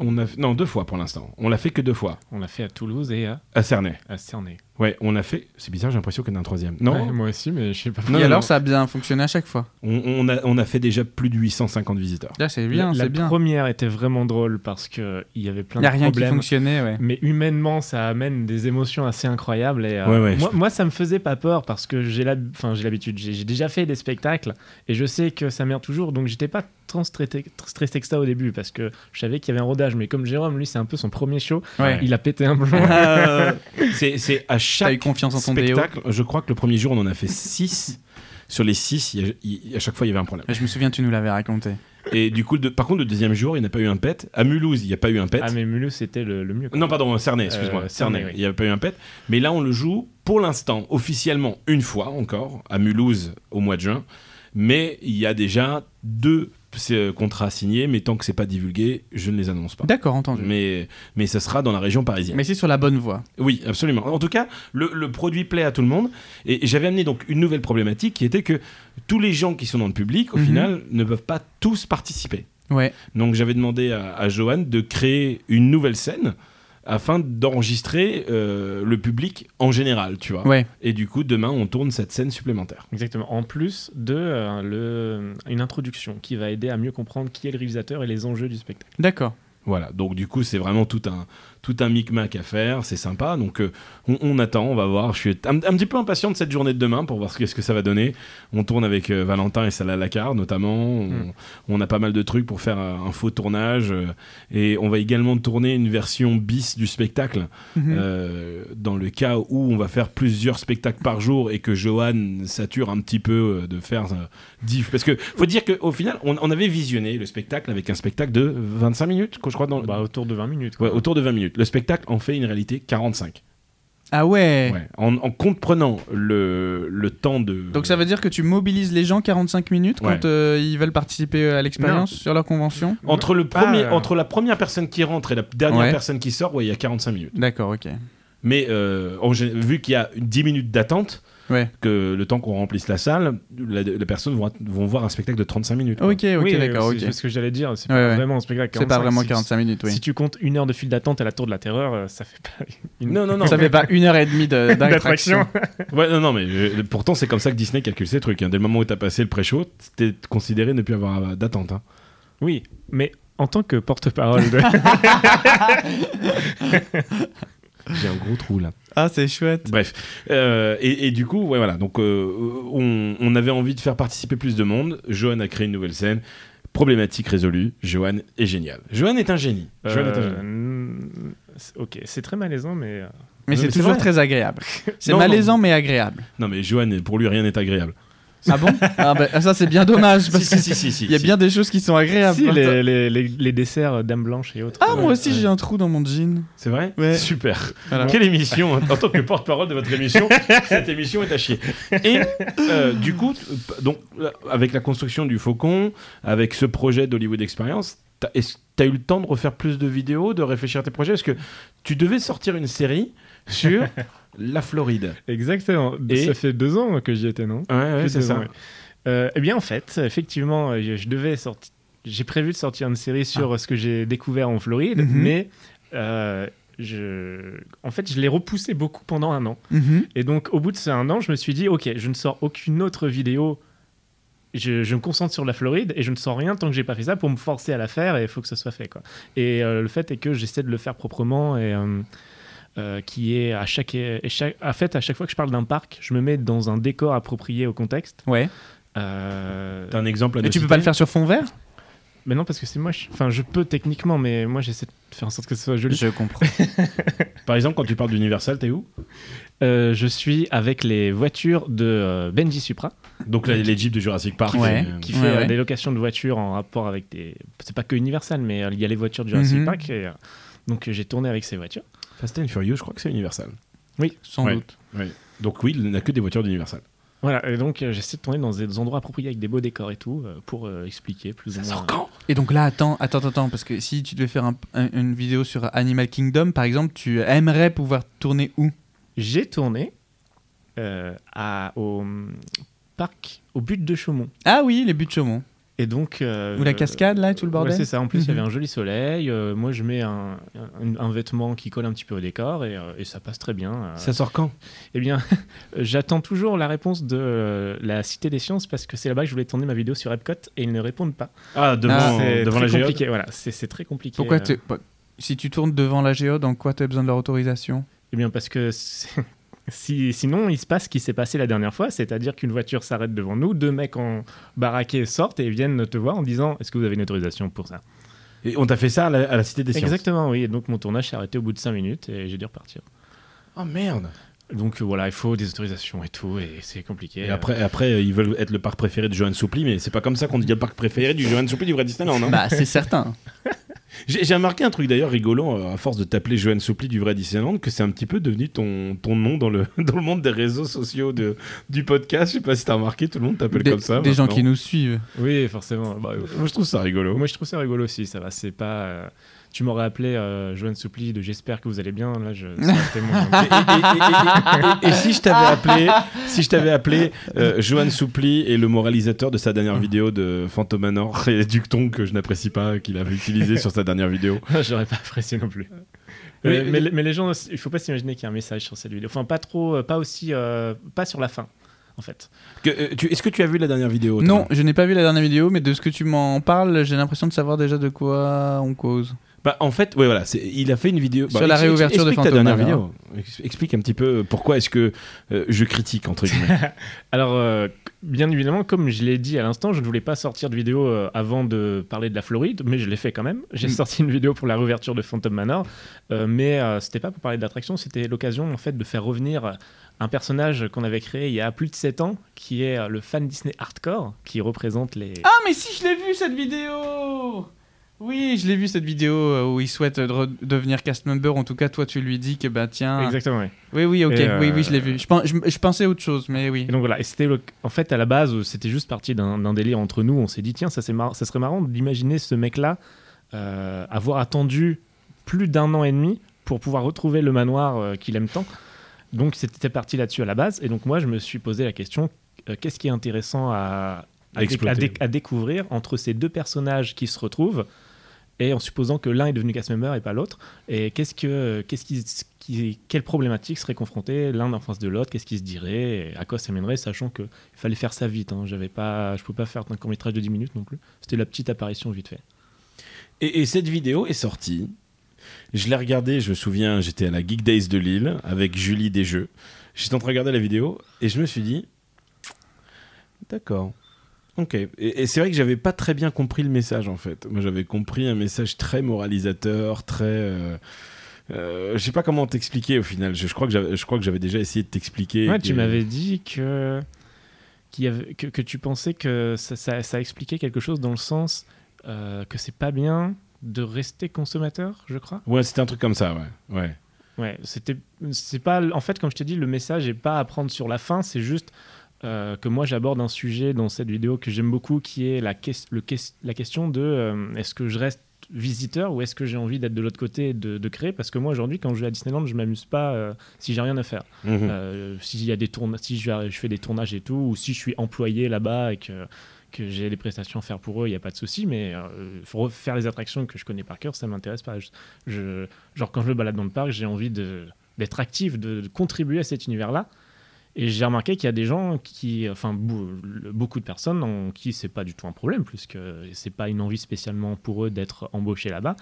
[SPEAKER 1] on a, Non, deux fois pour l'instant. On l'a fait que deux fois.
[SPEAKER 3] On l'a fait à Toulouse et à,
[SPEAKER 1] À Cernay.
[SPEAKER 3] à Cernay.
[SPEAKER 1] Ouais, on a fait. C'est bizarre, j'ai l'impression qu'il y en a un troisième. Non,
[SPEAKER 4] Ouais, moi aussi, mais je sais pas.
[SPEAKER 1] Non,
[SPEAKER 2] et
[SPEAKER 1] non,
[SPEAKER 2] alors,
[SPEAKER 1] non.
[SPEAKER 2] ça a bien fonctionné à chaque fois.
[SPEAKER 1] On, on a, on a fait déjà plus de 850 visiteurs.
[SPEAKER 2] Là, c'est bien,
[SPEAKER 3] la
[SPEAKER 2] c'est bien.
[SPEAKER 3] première était vraiment drôle parce que il y avait plein
[SPEAKER 2] Il n'y a
[SPEAKER 3] de
[SPEAKER 2] rien qui
[SPEAKER 3] problèmes.
[SPEAKER 2] fonctionnait, ouais.
[SPEAKER 3] Mais humainement, ça amène des émotions assez incroyables. Et, euh,
[SPEAKER 1] Ouais, ouais,
[SPEAKER 3] moi,
[SPEAKER 1] je-
[SPEAKER 3] moi, ça me faisait pas peur parce que j'ai l'hab- enfin, j'ai l'habitude, j'ai j'ai déjà fait des spectacles et je sais que ça m'aide toujours. Donc, j'étais pas tant stressé, stressé que ça au début parce que je savais qu'il y avait un rodage. Mais comme Jérôme, lui, c'est un peu son premier show,
[SPEAKER 2] Ouais.
[SPEAKER 3] il a pété un plomb.
[SPEAKER 2] Euh, [LAUGHS]
[SPEAKER 1] C'est c'est à
[SPEAKER 2] T'as eu
[SPEAKER 1] chaque
[SPEAKER 2] confiance en ton BO
[SPEAKER 1] spectacle. Je crois que le premier jour, on en a fait 6. Sur les 6, à chaque fois, il y avait un problème.
[SPEAKER 2] Je me souviens, tu nous l'avais raconté.
[SPEAKER 1] Et du coup, le- par contre, le deuxième jour, il n'y a pas eu un pet. À Mulhouse, il n'y a pas eu un pet.
[SPEAKER 3] [LAUGHS] Ah, mais Mulhouse, c'était le, le mieux. quoi.
[SPEAKER 1] Non, pardon, Cernay, excuse-moi.
[SPEAKER 3] Euh,
[SPEAKER 1] Cernay,
[SPEAKER 3] Cernay, oui.
[SPEAKER 1] il n'y avait pas eu un pet. Mais là, on le joue pour l'instant, officiellement, une fois encore, à Mulhouse au mois de juin. Mais il y a déjà deux euh, contrats signés, mais tant que c'est pas divulgué, je ne les annonce pas.
[SPEAKER 2] D'accord, entendu.
[SPEAKER 1] Mais, mais ça sera dans la région parisienne.
[SPEAKER 2] Mais c'est sur la bonne voie.
[SPEAKER 1] Oui, absolument. En tout cas, le, le produit plaît à tout le monde. Et j'avais amené donc une nouvelle problématique qui était que tous les gens qui sont dans le public, au
[SPEAKER 2] Mhm.
[SPEAKER 1] final, ne peuvent pas tous participer.
[SPEAKER 2] Ouais.
[SPEAKER 1] Donc j'avais demandé à, à Johan de créer une nouvelle scène afin d'enregistrer euh, le public en général, tu vois.
[SPEAKER 2] Ouais.
[SPEAKER 1] Et du coup, demain, on tourne cette scène supplémentaire.
[SPEAKER 3] Exactement. En plus de euh, le, une introduction qui va aider à mieux comprendre qui est le réalisateur et les enjeux du spectacle.
[SPEAKER 2] D'accord.
[SPEAKER 1] Voilà, donc du coup, c'est vraiment tout un, tout un micmac à faire, c'est sympa. Donc euh, on, on attend, on va voir. Je suis un, un petit peu impatient de cette journée de demain pour voir ce, qu'est-ce que ça va donner. On tourne avec euh, Valentin et Salah Lacar notamment. On,
[SPEAKER 3] Mm.
[SPEAKER 1] on a pas mal de trucs pour faire euh, un faux tournage. euh, et on va également tourner une version bis du spectacle.
[SPEAKER 2] Mhm.
[SPEAKER 1] Euh, dans le cas où on va faire plusieurs spectacles par jour et que Johan sature un petit peu euh, de faire euh, diff. Parce que faut dire qu'au final, on, on avait visionné le spectacle avec un spectacle de 25 minutes, que je crois, dans,
[SPEAKER 3] Bah, autour de 20 minutes. quoi.
[SPEAKER 1] ouais, autour de 20 minutes. Le spectacle en fait une réalité 45.
[SPEAKER 2] Ah ouais.
[SPEAKER 1] Ouais. En, en comprenant le, le temps de.
[SPEAKER 2] Donc ça veut dire que tu mobilises les gens 45 minutes
[SPEAKER 1] Ouais.
[SPEAKER 2] quand euh, ils veulent participer à l'expérience sur leur convention
[SPEAKER 1] Entre, le premier,
[SPEAKER 3] Ah.
[SPEAKER 1] entre la première personne qui rentre et la dernière
[SPEAKER 2] Ouais.
[SPEAKER 1] personne qui sort, ouais, il y a 45 minutes.
[SPEAKER 2] D'accord, ok.
[SPEAKER 1] Mais euh, en gé- vu qu'il y a 10 minutes d'attente,
[SPEAKER 2] Ouais.
[SPEAKER 1] que le temps qu'on remplisse la salle, la- les personnes vont, vont voir un spectacle de 35 minutes. quoi.
[SPEAKER 2] Ok, ok,
[SPEAKER 3] oui,
[SPEAKER 2] d'accord,
[SPEAKER 3] c'est
[SPEAKER 2] ok.
[SPEAKER 3] c'est ce que j'allais dire. C'est
[SPEAKER 2] Ouais,
[SPEAKER 3] pas
[SPEAKER 2] ouais.
[SPEAKER 3] vraiment un spectacle.
[SPEAKER 2] C'est pas
[SPEAKER 3] 45,
[SPEAKER 2] vraiment
[SPEAKER 3] si-
[SPEAKER 2] 45 minutes, oui.
[SPEAKER 3] Si tu comptes une heure de file d'attente à la tour de la terreur, euh, ça fait pas une...
[SPEAKER 1] Non, non, non.
[SPEAKER 2] Ça fait pas une heure et demie de- d'attraction.
[SPEAKER 3] [LAUGHS] d'attraction.
[SPEAKER 1] Ouais, non, non, mais euh, pourtant, c'est comme ça que Disney calcule ces trucs. hein. Dès le moment où t'as passé le pré-show, t'es considéré ne plus avoir euh, d'attente. hein.
[SPEAKER 3] Oui, mais en tant que porte-parole [LAUGHS] de...
[SPEAKER 1] J'ai un gros trou là.
[SPEAKER 2] ah, c'est chouette.
[SPEAKER 1] Bref. Euh, et, et du coup, ouais, voilà. Donc, euh, on, on avait envie de faire participer plus de monde. Johan a créé une nouvelle scène. Problématique résolue. Johan est génial. Johan est un génie. Johan est un génie.
[SPEAKER 3] Euh, mm, c'est- ok, c'est très malaisant,
[SPEAKER 2] Mais
[SPEAKER 3] mais... euh,
[SPEAKER 1] Non,
[SPEAKER 2] c'est
[SPEAKER 1] mais c'est
[SPEAKER 2] toujours
[SPEAKER 1] vrai.
[SPEAKER 2] très agréable. C'est
[SPEAKER 1] Non, non.
[SPEAKER 2] malaisant mais agréable.
[SPEAKER 1] Non, mais Johan, pour lui, rien n'est agréable.
[SPEAKER 2] Ah bon Ah bah, ça c'est bien dommage parce que
[SPEAKER 1] [LAUGHS] si, si, si,
[SPEAKER 2] il y a
[SPEAKER 1] si.
[SPEAKER 2] bien des choses qui sont agréables.
[SPEAKER 3] Si,
[SPEAKER 2] Attends.
[SPEAKER 3] les, les- les- les desserts euh, Dame Blanche et autres.
[SPEAKER 2] Ah moi
[SPEAKER 3] Ouais.
[SPEAKER 2] aussi j'ai un trou dans mon jean.
[SPEAKER 1] C'est vrai
[SPEAKER 2] Ouais.
[SPEAKER 1] Super.
[SPEAKER 2] Voilà.
[SPEAKER 1] Quelle émission hein. En tant que porte-parole de votre émission, [LAUGHS] cette émission est à chier. Et euh, du coup, t- p- donc, là, avec la construction du Faucon, avec ce projet d'Hollywood Experience, t'as est-ce- t'as eu le temps de refaire plus de vidéos, de réfléchir à tes projets Parce que tu devais sortir une série
[SPEAKER 2] [LAUGHS]
[SPEAKER 1] sur la Floride.
[SPEAKER 3] Exactement.
[SPEAKER 1] Et-
[SPEAKER 3] Ça fait deux ans que j'y étais, non
[SPEAKER 1] Ouais, ouais,
[SPEAKER 3] Plus
[SPEAKER 1] c'est
[SPEAKER 3] deux
[SPEAKER 1] ça.
[SPEAKER 3] ans, ouais. Euh, eh bien, en fait, effectivement, euh, je, je devais sortir. J'ai prévu de sortir une série sur euh, ce que j'ai découvert en Floride,
[SPEAKER 2] Mhm.
[SPEAKER 3] mais euh, je, en fait, je l'ai repoussé beaucoup pendant un an.
[SPEAKER 2] Mhm.
[SPEAKER 3] Et donc, au bout de ce un an, je me suis dit, ok, je ne sors aucune autre vidéo. Je, je me concentre sur la Floride et je ne sors rien tant que j'ai pas fait ça pour me forcer à la faire et il faut que ce soit fait quoi. Et euh, le fait est que j'essaie de le faire proprement et euh, euh, qui est à chaque, et chaque- en fait à chaque fois que je parle d'un parc, je me mets dans un décor approprié au contexte.
[SPEAKER 2] Ouais.
[SPEAKER 3] Euh,
[SPEAKER 1] T'as un exemple à
[SPEAKER 2] Et
[SPEAKER 1] nous
[SPEAKER 2] tu peux
[SPEAKER 1] citer
[SPEAKER 2] pas le faire sur fond vert
[SPEAKER 3] mais non parce que c'est moche. Enfin, je peux techniquement, mais moi j'essaie de faire en sorte que ce soit joli.
[SPEAKER 2] comprends.
[SPEAKER 1] Par exemple, quand tu parles d'Universal, t'es où
[SPEAKER 3] Euh, je suis avec les voitures de euh, Benji Supra.
[SPEAKER 1] Donc là, les jeeps de Jurassic Park.
[SPEAKER 2] Ouais.
[SPEAKER 1] euh,
[SPEAKER 3] qui fait
[SPEAKER 2] Ouais,
[SPEAKER 3] euh,
[SPEAKER 2] ouais.
[SPEAKER 3] des locations de voitures en rapport avec des. C'est pas que Universal, mais euh, il y a les voitures de Jurassic
[SPEAKER 2] Mhm.
[SPEAKER 3] Park. Et, euh, donc euh, j'ai tourné avec ces voitures.
[SPEAKER 1] Fast and Furious, je crois que c'est Universal.
[SPEAKER 2] Sans
[SPEAKER 1] Ouais.
[SPEAKER 2] doute.
[SPEAKER 1] Donc oui, il n'a que des voitures d'Universal.
[SPEAKER 3] Voilà, et donc euh, j'essaie de tourner dans des endroits appropriés avec des beaux décors et tout euh, pour euh, expliquer plus ou moins.
[SPEAKER 2] Et donc là, attends, attends, attends, parce que si tu devais faire un- un- une vidéo sur Animal Kingdom, par exemple, tu aimerais pouvoir tourner où
[SPEAKER 3] J'ai tourné euh, à, au hum, parc, au but de Chaumont.
[SPEAKER 2] Ah oui, les buts de Chaumont.
[SPEAKER 3] Et donc. euh,
[SPEAKER 2] Ou la cascade, là, et tout le
[SPEAKER 3] ouais,
[SPEAKER 2] bordel
[SPEAKER 3] c'est ça. En plus, il y avait
[SPEAKER 2] Mhm.
[SPEAKER 3] un joli soleil. euh, moi, je mets un, un- un vêtement qui colle un petit peu au décor et, euh, et ça passe très bien. euh.
[SPEAKER 1] Ça sort quand
[SPEAKER 3] Eh bien, [LAUGHS] j'attends toujours la réponse de euh, la Cité des Sciences parce que c'est là-bas que je voulais tourner ma vidéo sur Epcot et ils ne répondent pas.
[SPEAKER 1] Ah, devant,
[SPEAKER 2] Ah,
[SPEAKER 3] c'est
[SPEAKER 1] devant la
[SPEAKER 3] très
[SPEAKER 1] géode.
[SPEAKER 3] compliqué. Voilà, c'est c'est très compliqué.
[SPEAKER 2] Pourquoi
[SPEAKER 3] euh.
[SPEAKER 2] t'es- bah, Si tu tournes devant la géode, en quoi tu as besoin de leur autorisation
[SPEAKER 3] Eh bien, parce que c'est- [LAUGHS] si, sinon, il se passe ce qui s'est passé la dernière fois, c'est-à-dire qu'une voiture s'arrête devant nous, deux mecs en baraqués sortent et viennent te voir en disant Est-ce que vous avez une autorisation pour ça
[SPEAKER 1] Et on t'a fait ça à la, à la Cité des Sciences.
[SPEAKER 3] Exactement, oui. Et donc, mon tournage s'est arrêté au bout de cinq minutes et j'ai dû repartir.
[SPEAKER 1] Oh merde.
[SPEAKER 3] Donc, euh, voilà, il faut des autorisations et tout, et c'est compliqué.
[SPEAKER 1] Et, après, après, euh, ils veulent être le parc préféré de Johan Soupli, mais c'est pas comme ça qu'on dit le parc préféré du Johan Soupli du vrai Disneyland. hein.
[SPEAKER 2] Bah, c'est
[SPEAKER 1] [LAUGHS]
[SPEAKER 2] certain.
[SPEAKER 1] J'ai j'ai remarqué un truc d'ailleurs rigolo, euh, à force de t'appeler Johan Soupli du vrai Disneyland, que c'est un petit peu devenu ton, ton nom dans le, [LAUGHS] dans le monde des réseaux sociaux de, du podcast. Je sais pas si t'as remarqué, tout le monde t'appelle
[SPEAKER 2] Des,
[SPEAKER 1] comme ça.
[SPEAKER 2] des gens
[SPEAKER 1] maintenant.
[SPEAKER 2] qui nous suivent.
[SPEAKER 3] Oui, forcément. Bah, euh,
[SPEAKER 1] Moi je trouve ça rigolo.
[SPEAKER 3] moi, je trouve ça rigolo aussi, ça va. C'est pas. euh, Tu m'aurais appelé euh, Joanne Soupli de J'espère que vous allez bien. Là, je. ça aurait été
[SPEAKER 1] Et,
[SPEAKER 3] moins-
[SPEAKER 1] et- et- et- et si je t'avais
[SPEAKER 2] Ah.
[SPEAKER 1] appelé, si je t'avais appelé euh, Johan Soupli et le moralisateur de sa dernière
[SPEAKER 2] Ah.
[SPEAKER 1] vidéo de Phantomanor et Ducton que je n'apprécie pas, qu'il avait utilisé sur sa dernière vidéo.
[SPEAKER 3] J'aurais pas apprécié non plus. Euh,
[SPEAKER 1] Oui,
[SPEAKER 3] Mais,
[SPEAKER 1] oui.
[SPEAKER 3] mais les- mais les gens, aussi- il faut pas s'imaginer qu'il y a un message sur cette vidéo. Enfin, pas trop, euh, pas aussi, euh, pas sur la fin, en fait.
[SPEAKER 1] Que, euh, tu- Est-ce que tu as vu la dernière vidéo toi
[SPEAKER 2] Non, je n'ai pas vu la dernière vidéo, mais de ce que tu m'en parles, j'ai l'impression de savoir déjà de quoi on cause.
[SPEAKER 1] Bah, en fait, ouais, voilà, c'est- il a fait une vidéo.
[SPEAKER 2] Sur
[SPEAKER 1] bah,
[SPEAKER 2] la
[SPEAKER 1] ex-
[SPEAKER 2] réouverture de
[SPEAKER 1] explique ta
[SPEAKER 2] Fantôme
[SPEAKER 1] dernière
[SPEAKER 2] Manor.
[SPEAKER 1] vidéo. Ex- Explique un petit peu pourquoi est-ce que euh, je critique, entre guillemets.
[SPEAKER 3] Alors, euh, bien évidemment, comme je l'ai dit à l'instant, je ne voulais pas sortir de vidéo euh, avant de parler de la Floride, mais je l'ai fait quand même. J'ai
[SPEAKER 2] Mm.
[SPEAKER 3] sorti une vidéo pour la réouverture de Phantom Manor, euh, mais euh, c'était pas pour parler de l'attraction, c'était l'occasion en fait de faire revenir un personnage qu'on avait créé il y a plus de 7 ans, qui est euh, le fan Disney hardcore, qui représente les.
[SPEAKER 2] Ah, mais si, je l'ai vu cette vidéo Oui, je l'ai vu cette vidéo euh, où il souhaite euh, de re- devenir cast member. En tout cas, toi, tu lui dis que, bah tiens.
[SPEAKER 3] Exactement. oui.
[SPEAKER 2] Oui, oui, ok,
[SPEAKER 3] Et, euh,
[SPEAKER 2] oui, oui, je l'ai vu. Je, pense- je- je pensais autre chose, mais oui.
[SPEAKER 3] Et donc voilà, et c'était le- en fait à la base, euh, c'était juste parti d'un d'un délire entre nous. On s'est dit tiens, ça, c'est marrant- ça serait marrant d'imaginer ce mec-là euh, avoir attendu plus d'un an et demi pour pouvoir retrouver le manoir euh, qu'il aime tant. Donc c'était parti là-dessus à la base. Et donc moi, je me suis posé la question euh, qu'est-ce qui est intéressant à,
[SPEAKER 1] À exploiter.
[SPEAKER 3] dé- à découvrir entre ces deux personnages qui se retrouvent et en supposant que l'un est devenu cast member et pas l'autre et qu'est-ce que qu'est-ce qui, qui- quelle problématique serait confrontée l'un en face de l'autre qu'est-ce qui se dirait et à quoi ça mènerait sachant que il fallait faire ça vite hein. j'avais pas je pouvais pas faire un court métrage de 10 minutes non plus c'était la petite apparition vite fait
[SPEAKER 1] et, et cette vidéo est sortie. Je l'ai regardée, je me souviens, j'étais à la Geek Days de Lille avec Julie Desjeux. J'étais en train de regarder la vidéo et je me suis dit D'accord. Ok. Et, et c'est vrai que j'avais pas très bien compris le message en fait. Moi j'avais compris un message très moralisateur, très. euh, euh, je sais pas comment t'expliquer au final. Je, je crois que j'avais- je crois que j'avais déjà essayé de t'expliquer.
[SPEAKER 3] ouais, tu
[SPEAKER 1] que-
[SPEAKER 3] m'avais dit que qu'il y avait- que, que tu pensais que ça, ça, ça expliquait quelque chose dans le sens euh, que c'est pas bien de rester consommateur je crois
[SPEAKER 1] Ouais, c'était un truc comme ça, ouais. ouais.
[SPEAKER 3] Ouais, c'était, c'est pas, en fait, comme je t'ai dit, le message est pas à prendre sur la fin, c'est juste euh, que moi j'aborde un sujet dans cette vidéo que j'aime beaucoup, qui est la, ques- le ques- la question de euh, est-ce que je reste visiteur ou est-ce que j'ai envie d'être de l'autre côté et de, de créer Parce que moi aujourd'hui, quand je vais à Disneyland, je m'amuse pas euh, si j'ai rien à faire.
[SPEAKER 1] Mhm.
[SPEAKER 3] Euh, s'il y a des tourna- si je, je fais des tournages et tout, ou si je suis employé là-bas et que, que j'ai des prestations à faire pour eux, il n'y a pas de souci, mais euh, faut refaire les attractions que je connais par cœur, ça m'intéresse pas. Je- je- genre, quand je me balade dans le parc, j'ai envie de- d'être actif, de, de contribuer à cet univers-là. Et j'ai remarqué qu'il y a des gens qui, enfin, bou- le- beaucoup de personnes en qui c'est pas du tout un problème, puisque c'est pas une envie spécialement pour eux d'être embauchés là-bas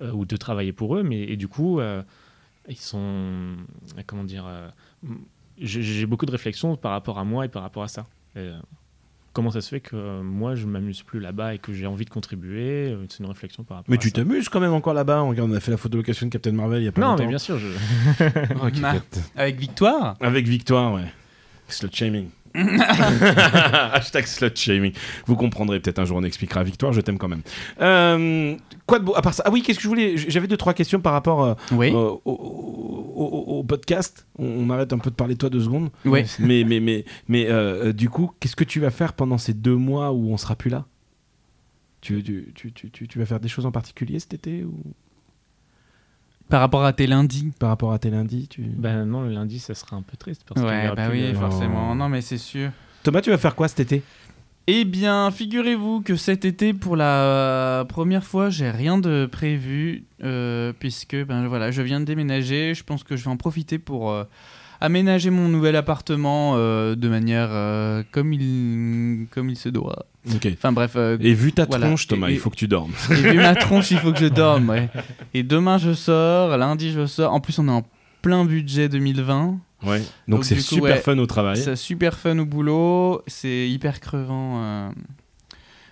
[SPEAKER 3] euh, ou de travailler pour eux, mais et du coup, euh, ils sont, comment dire, euh, m- j'ai j'ai beaucoup de réflexions par rapport à moi et par rapport à ça. Euh, comment ça se fait que euh, moi je m'amuse plus là-bas et que j'ai envie de contribuer euh, C'est une réflexion par rapport.
[SPEAKER 1] Mais
[SPEAKER 3] à
[SPEAKER 1] tu
[SPEAKER 3] ça.
[SPEAKER 1] t'amuses quand même encore là-bas. Regarde, on a fait la photo location de Captain Marvel il y a pas
[SPEAKER 3] Non,
[SPEAKER 1] longtemps.
[SPEAKER 3] mais bien
[SPEAKER 1] [LAUGHS]
[SPEAKER 3] sûr, je.
[SPEAKER 1] Oh, qui
[SPEAKER 2] Ah.
[SPEAKER 1] pète.
[SPEAKER 2] Avec Victoire
[SPEAKER 1] Avec victoire, ouais. Slut
[SPEAKER 2] [LAUGHS]
[SPEAKER 1] shaming. Hashtag slut shaming. Vous comprendrez peut-être un jour, on expliquera. Victoire, je t'aime quand même. Euh, quoi de beau À part ça. Ah oui, qu'est-ce que je voulais J'avais deux, trois questions par rapport euh,
[SPEAKER 2] Oui.
[SPEAKER 1] euh, au, au- au- au podcast. On, on arrête un peu de parler de toi deux secondes.
[SPEAKER 2] Ouais.
[SPEAKER 1] mais mais, mais, mais euh, euh, du coup, qu'est-ce que tu vas faire pendant ces deux mois où on sera plus là tu, tu, tu, tu- tu- tu vas faire des choses en particulier cet été ou
[SPEAKER 2] Par rapport à tes lundis.
[SPEAKER 1] par rapport à tes lundis tu...
[SPEAKER 3] Ben non, le lundi, ça sera un peu triste. Parce qu'il y
[SPEAKER 2] Ouais,
[SPEAKER 3] aura
[SPEAKER 2] bah
[SPEAKER 3] plus
[SPEAKER 2] oui,
[SPEAKER 3] de- Oh.
[SPEAKER 1] forcément.
[SPEAKER 2] forcément. Non, mais c'est sûr.
[SPEAKER 1] Thomas, tu vas faire quoi cet été
[SPEAKER 2] Eh bien, figurez-vous que cet été, pour la euh, première fois, j'ai rien de prévu, euh, puisque ben voilà, je viens de déménager. Je pense que je vais en profiter pour euh, aménager mon nouvel appartement euh, de manière euh, comme il comme il se doit.
[SPEAKER 1] Ok.
[SPEAKER 2] Enfin bref, euh,
[SPEAKER 1] Et vu ta
[SPEAKER 2] Voilà.
[SPEAKER 1] tronche, Thomas,
[SPEAKER 2] Et-
[SPEAKER 1] il faut que tu dormes.
[SPEAKER 2] et vu ma tronche, il faut que je dorme. ouais. Et demain, je sors. Lundi, je sors. En plus, on est en plein budget 2020.
[SPEAKER 1] Ouais.
[SPEAKER 2] Donc,
[SPEAKER 1] Donc c'est
[SPEAKER 2] du coup,
[SPEAKER 1] super
[SPEAKER 2] ouais.
[SPEAKER 1] fun au travail.
[SPEAKER 2] C'est super fun au boulot. C'est hyper crevant. euh.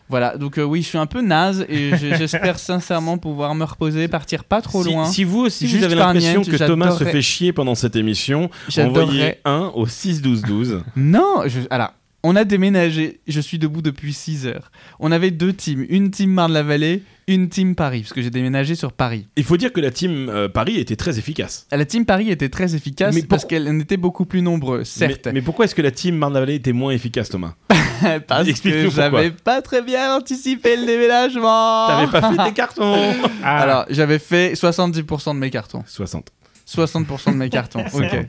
[SPEAKER 2] Voilà, donc euh, oui, je suis un peu naze et
[SPEAKER 1] [LAUGHS]
[SPEAKER 2] je- j'espère sincèrement pouvoir me reposer, partir pas trop
[SPEAKER 1] Si-
[SPEAKER 2] loin.
[SPEAKER 1] Si, vous aussi
[SPEAKER 2] Si juste
[SPEAKER 1] vous avez
[SPEAKER 2] par
[SPEAKER 1] l'impression
[SPEAKER 2] Niente,
[SPEAKER 1] que Thomas se
[SPEAKER 2] j'adorerais.
[SPEAKER 1] fait chier pendant cette émission, envoyez
[SPEAKER 2] J'adorerais.
[SPEAKER 1] un au 6 12 12.
[SPEAKER 2] Non, je... alors, on a déménagé. Je suis debout depuis 6 heures. On avait deux teams, une team Marne-la-Vallée, une team Paris, parce que j'ai déménagé sur Paris.
[SPEAKER 1] Il faut dire que la team euh, Paris était très efficace.
[SPEAKER 2] La team Paris était très efficace
[SPEAKER 1] Mais
[SPEAKER 2] parce
[SPEAKER 1] pour-
[SPEAKER 2] qu'elle en était beaucoup plus nombreuse, certes.
[SPEAKER 1] Mais, mais pourquoi est-ce que la team Marne-la-Vallée était moins efficace, Thomas
[SPEAKER 2] [LAUGHS] parce
[SPEAKER 1] Explique-nous
[SPEAKER 2] que
[SPEAKER 1] pourquoi.
[SPEAKER 2] j'avais pas très bien anticipé le déménagement.
[SPEAKER 1] T'avais pas fait tes cartons [LAUGHS]
[SPEAKER 3] Ah,
[SPEAKER 2] Alors, j'avais fait 70% de mes cartons.
[SPEAKER 1] 60.
[SPEAKER 2] 60% de mes cartons. ok.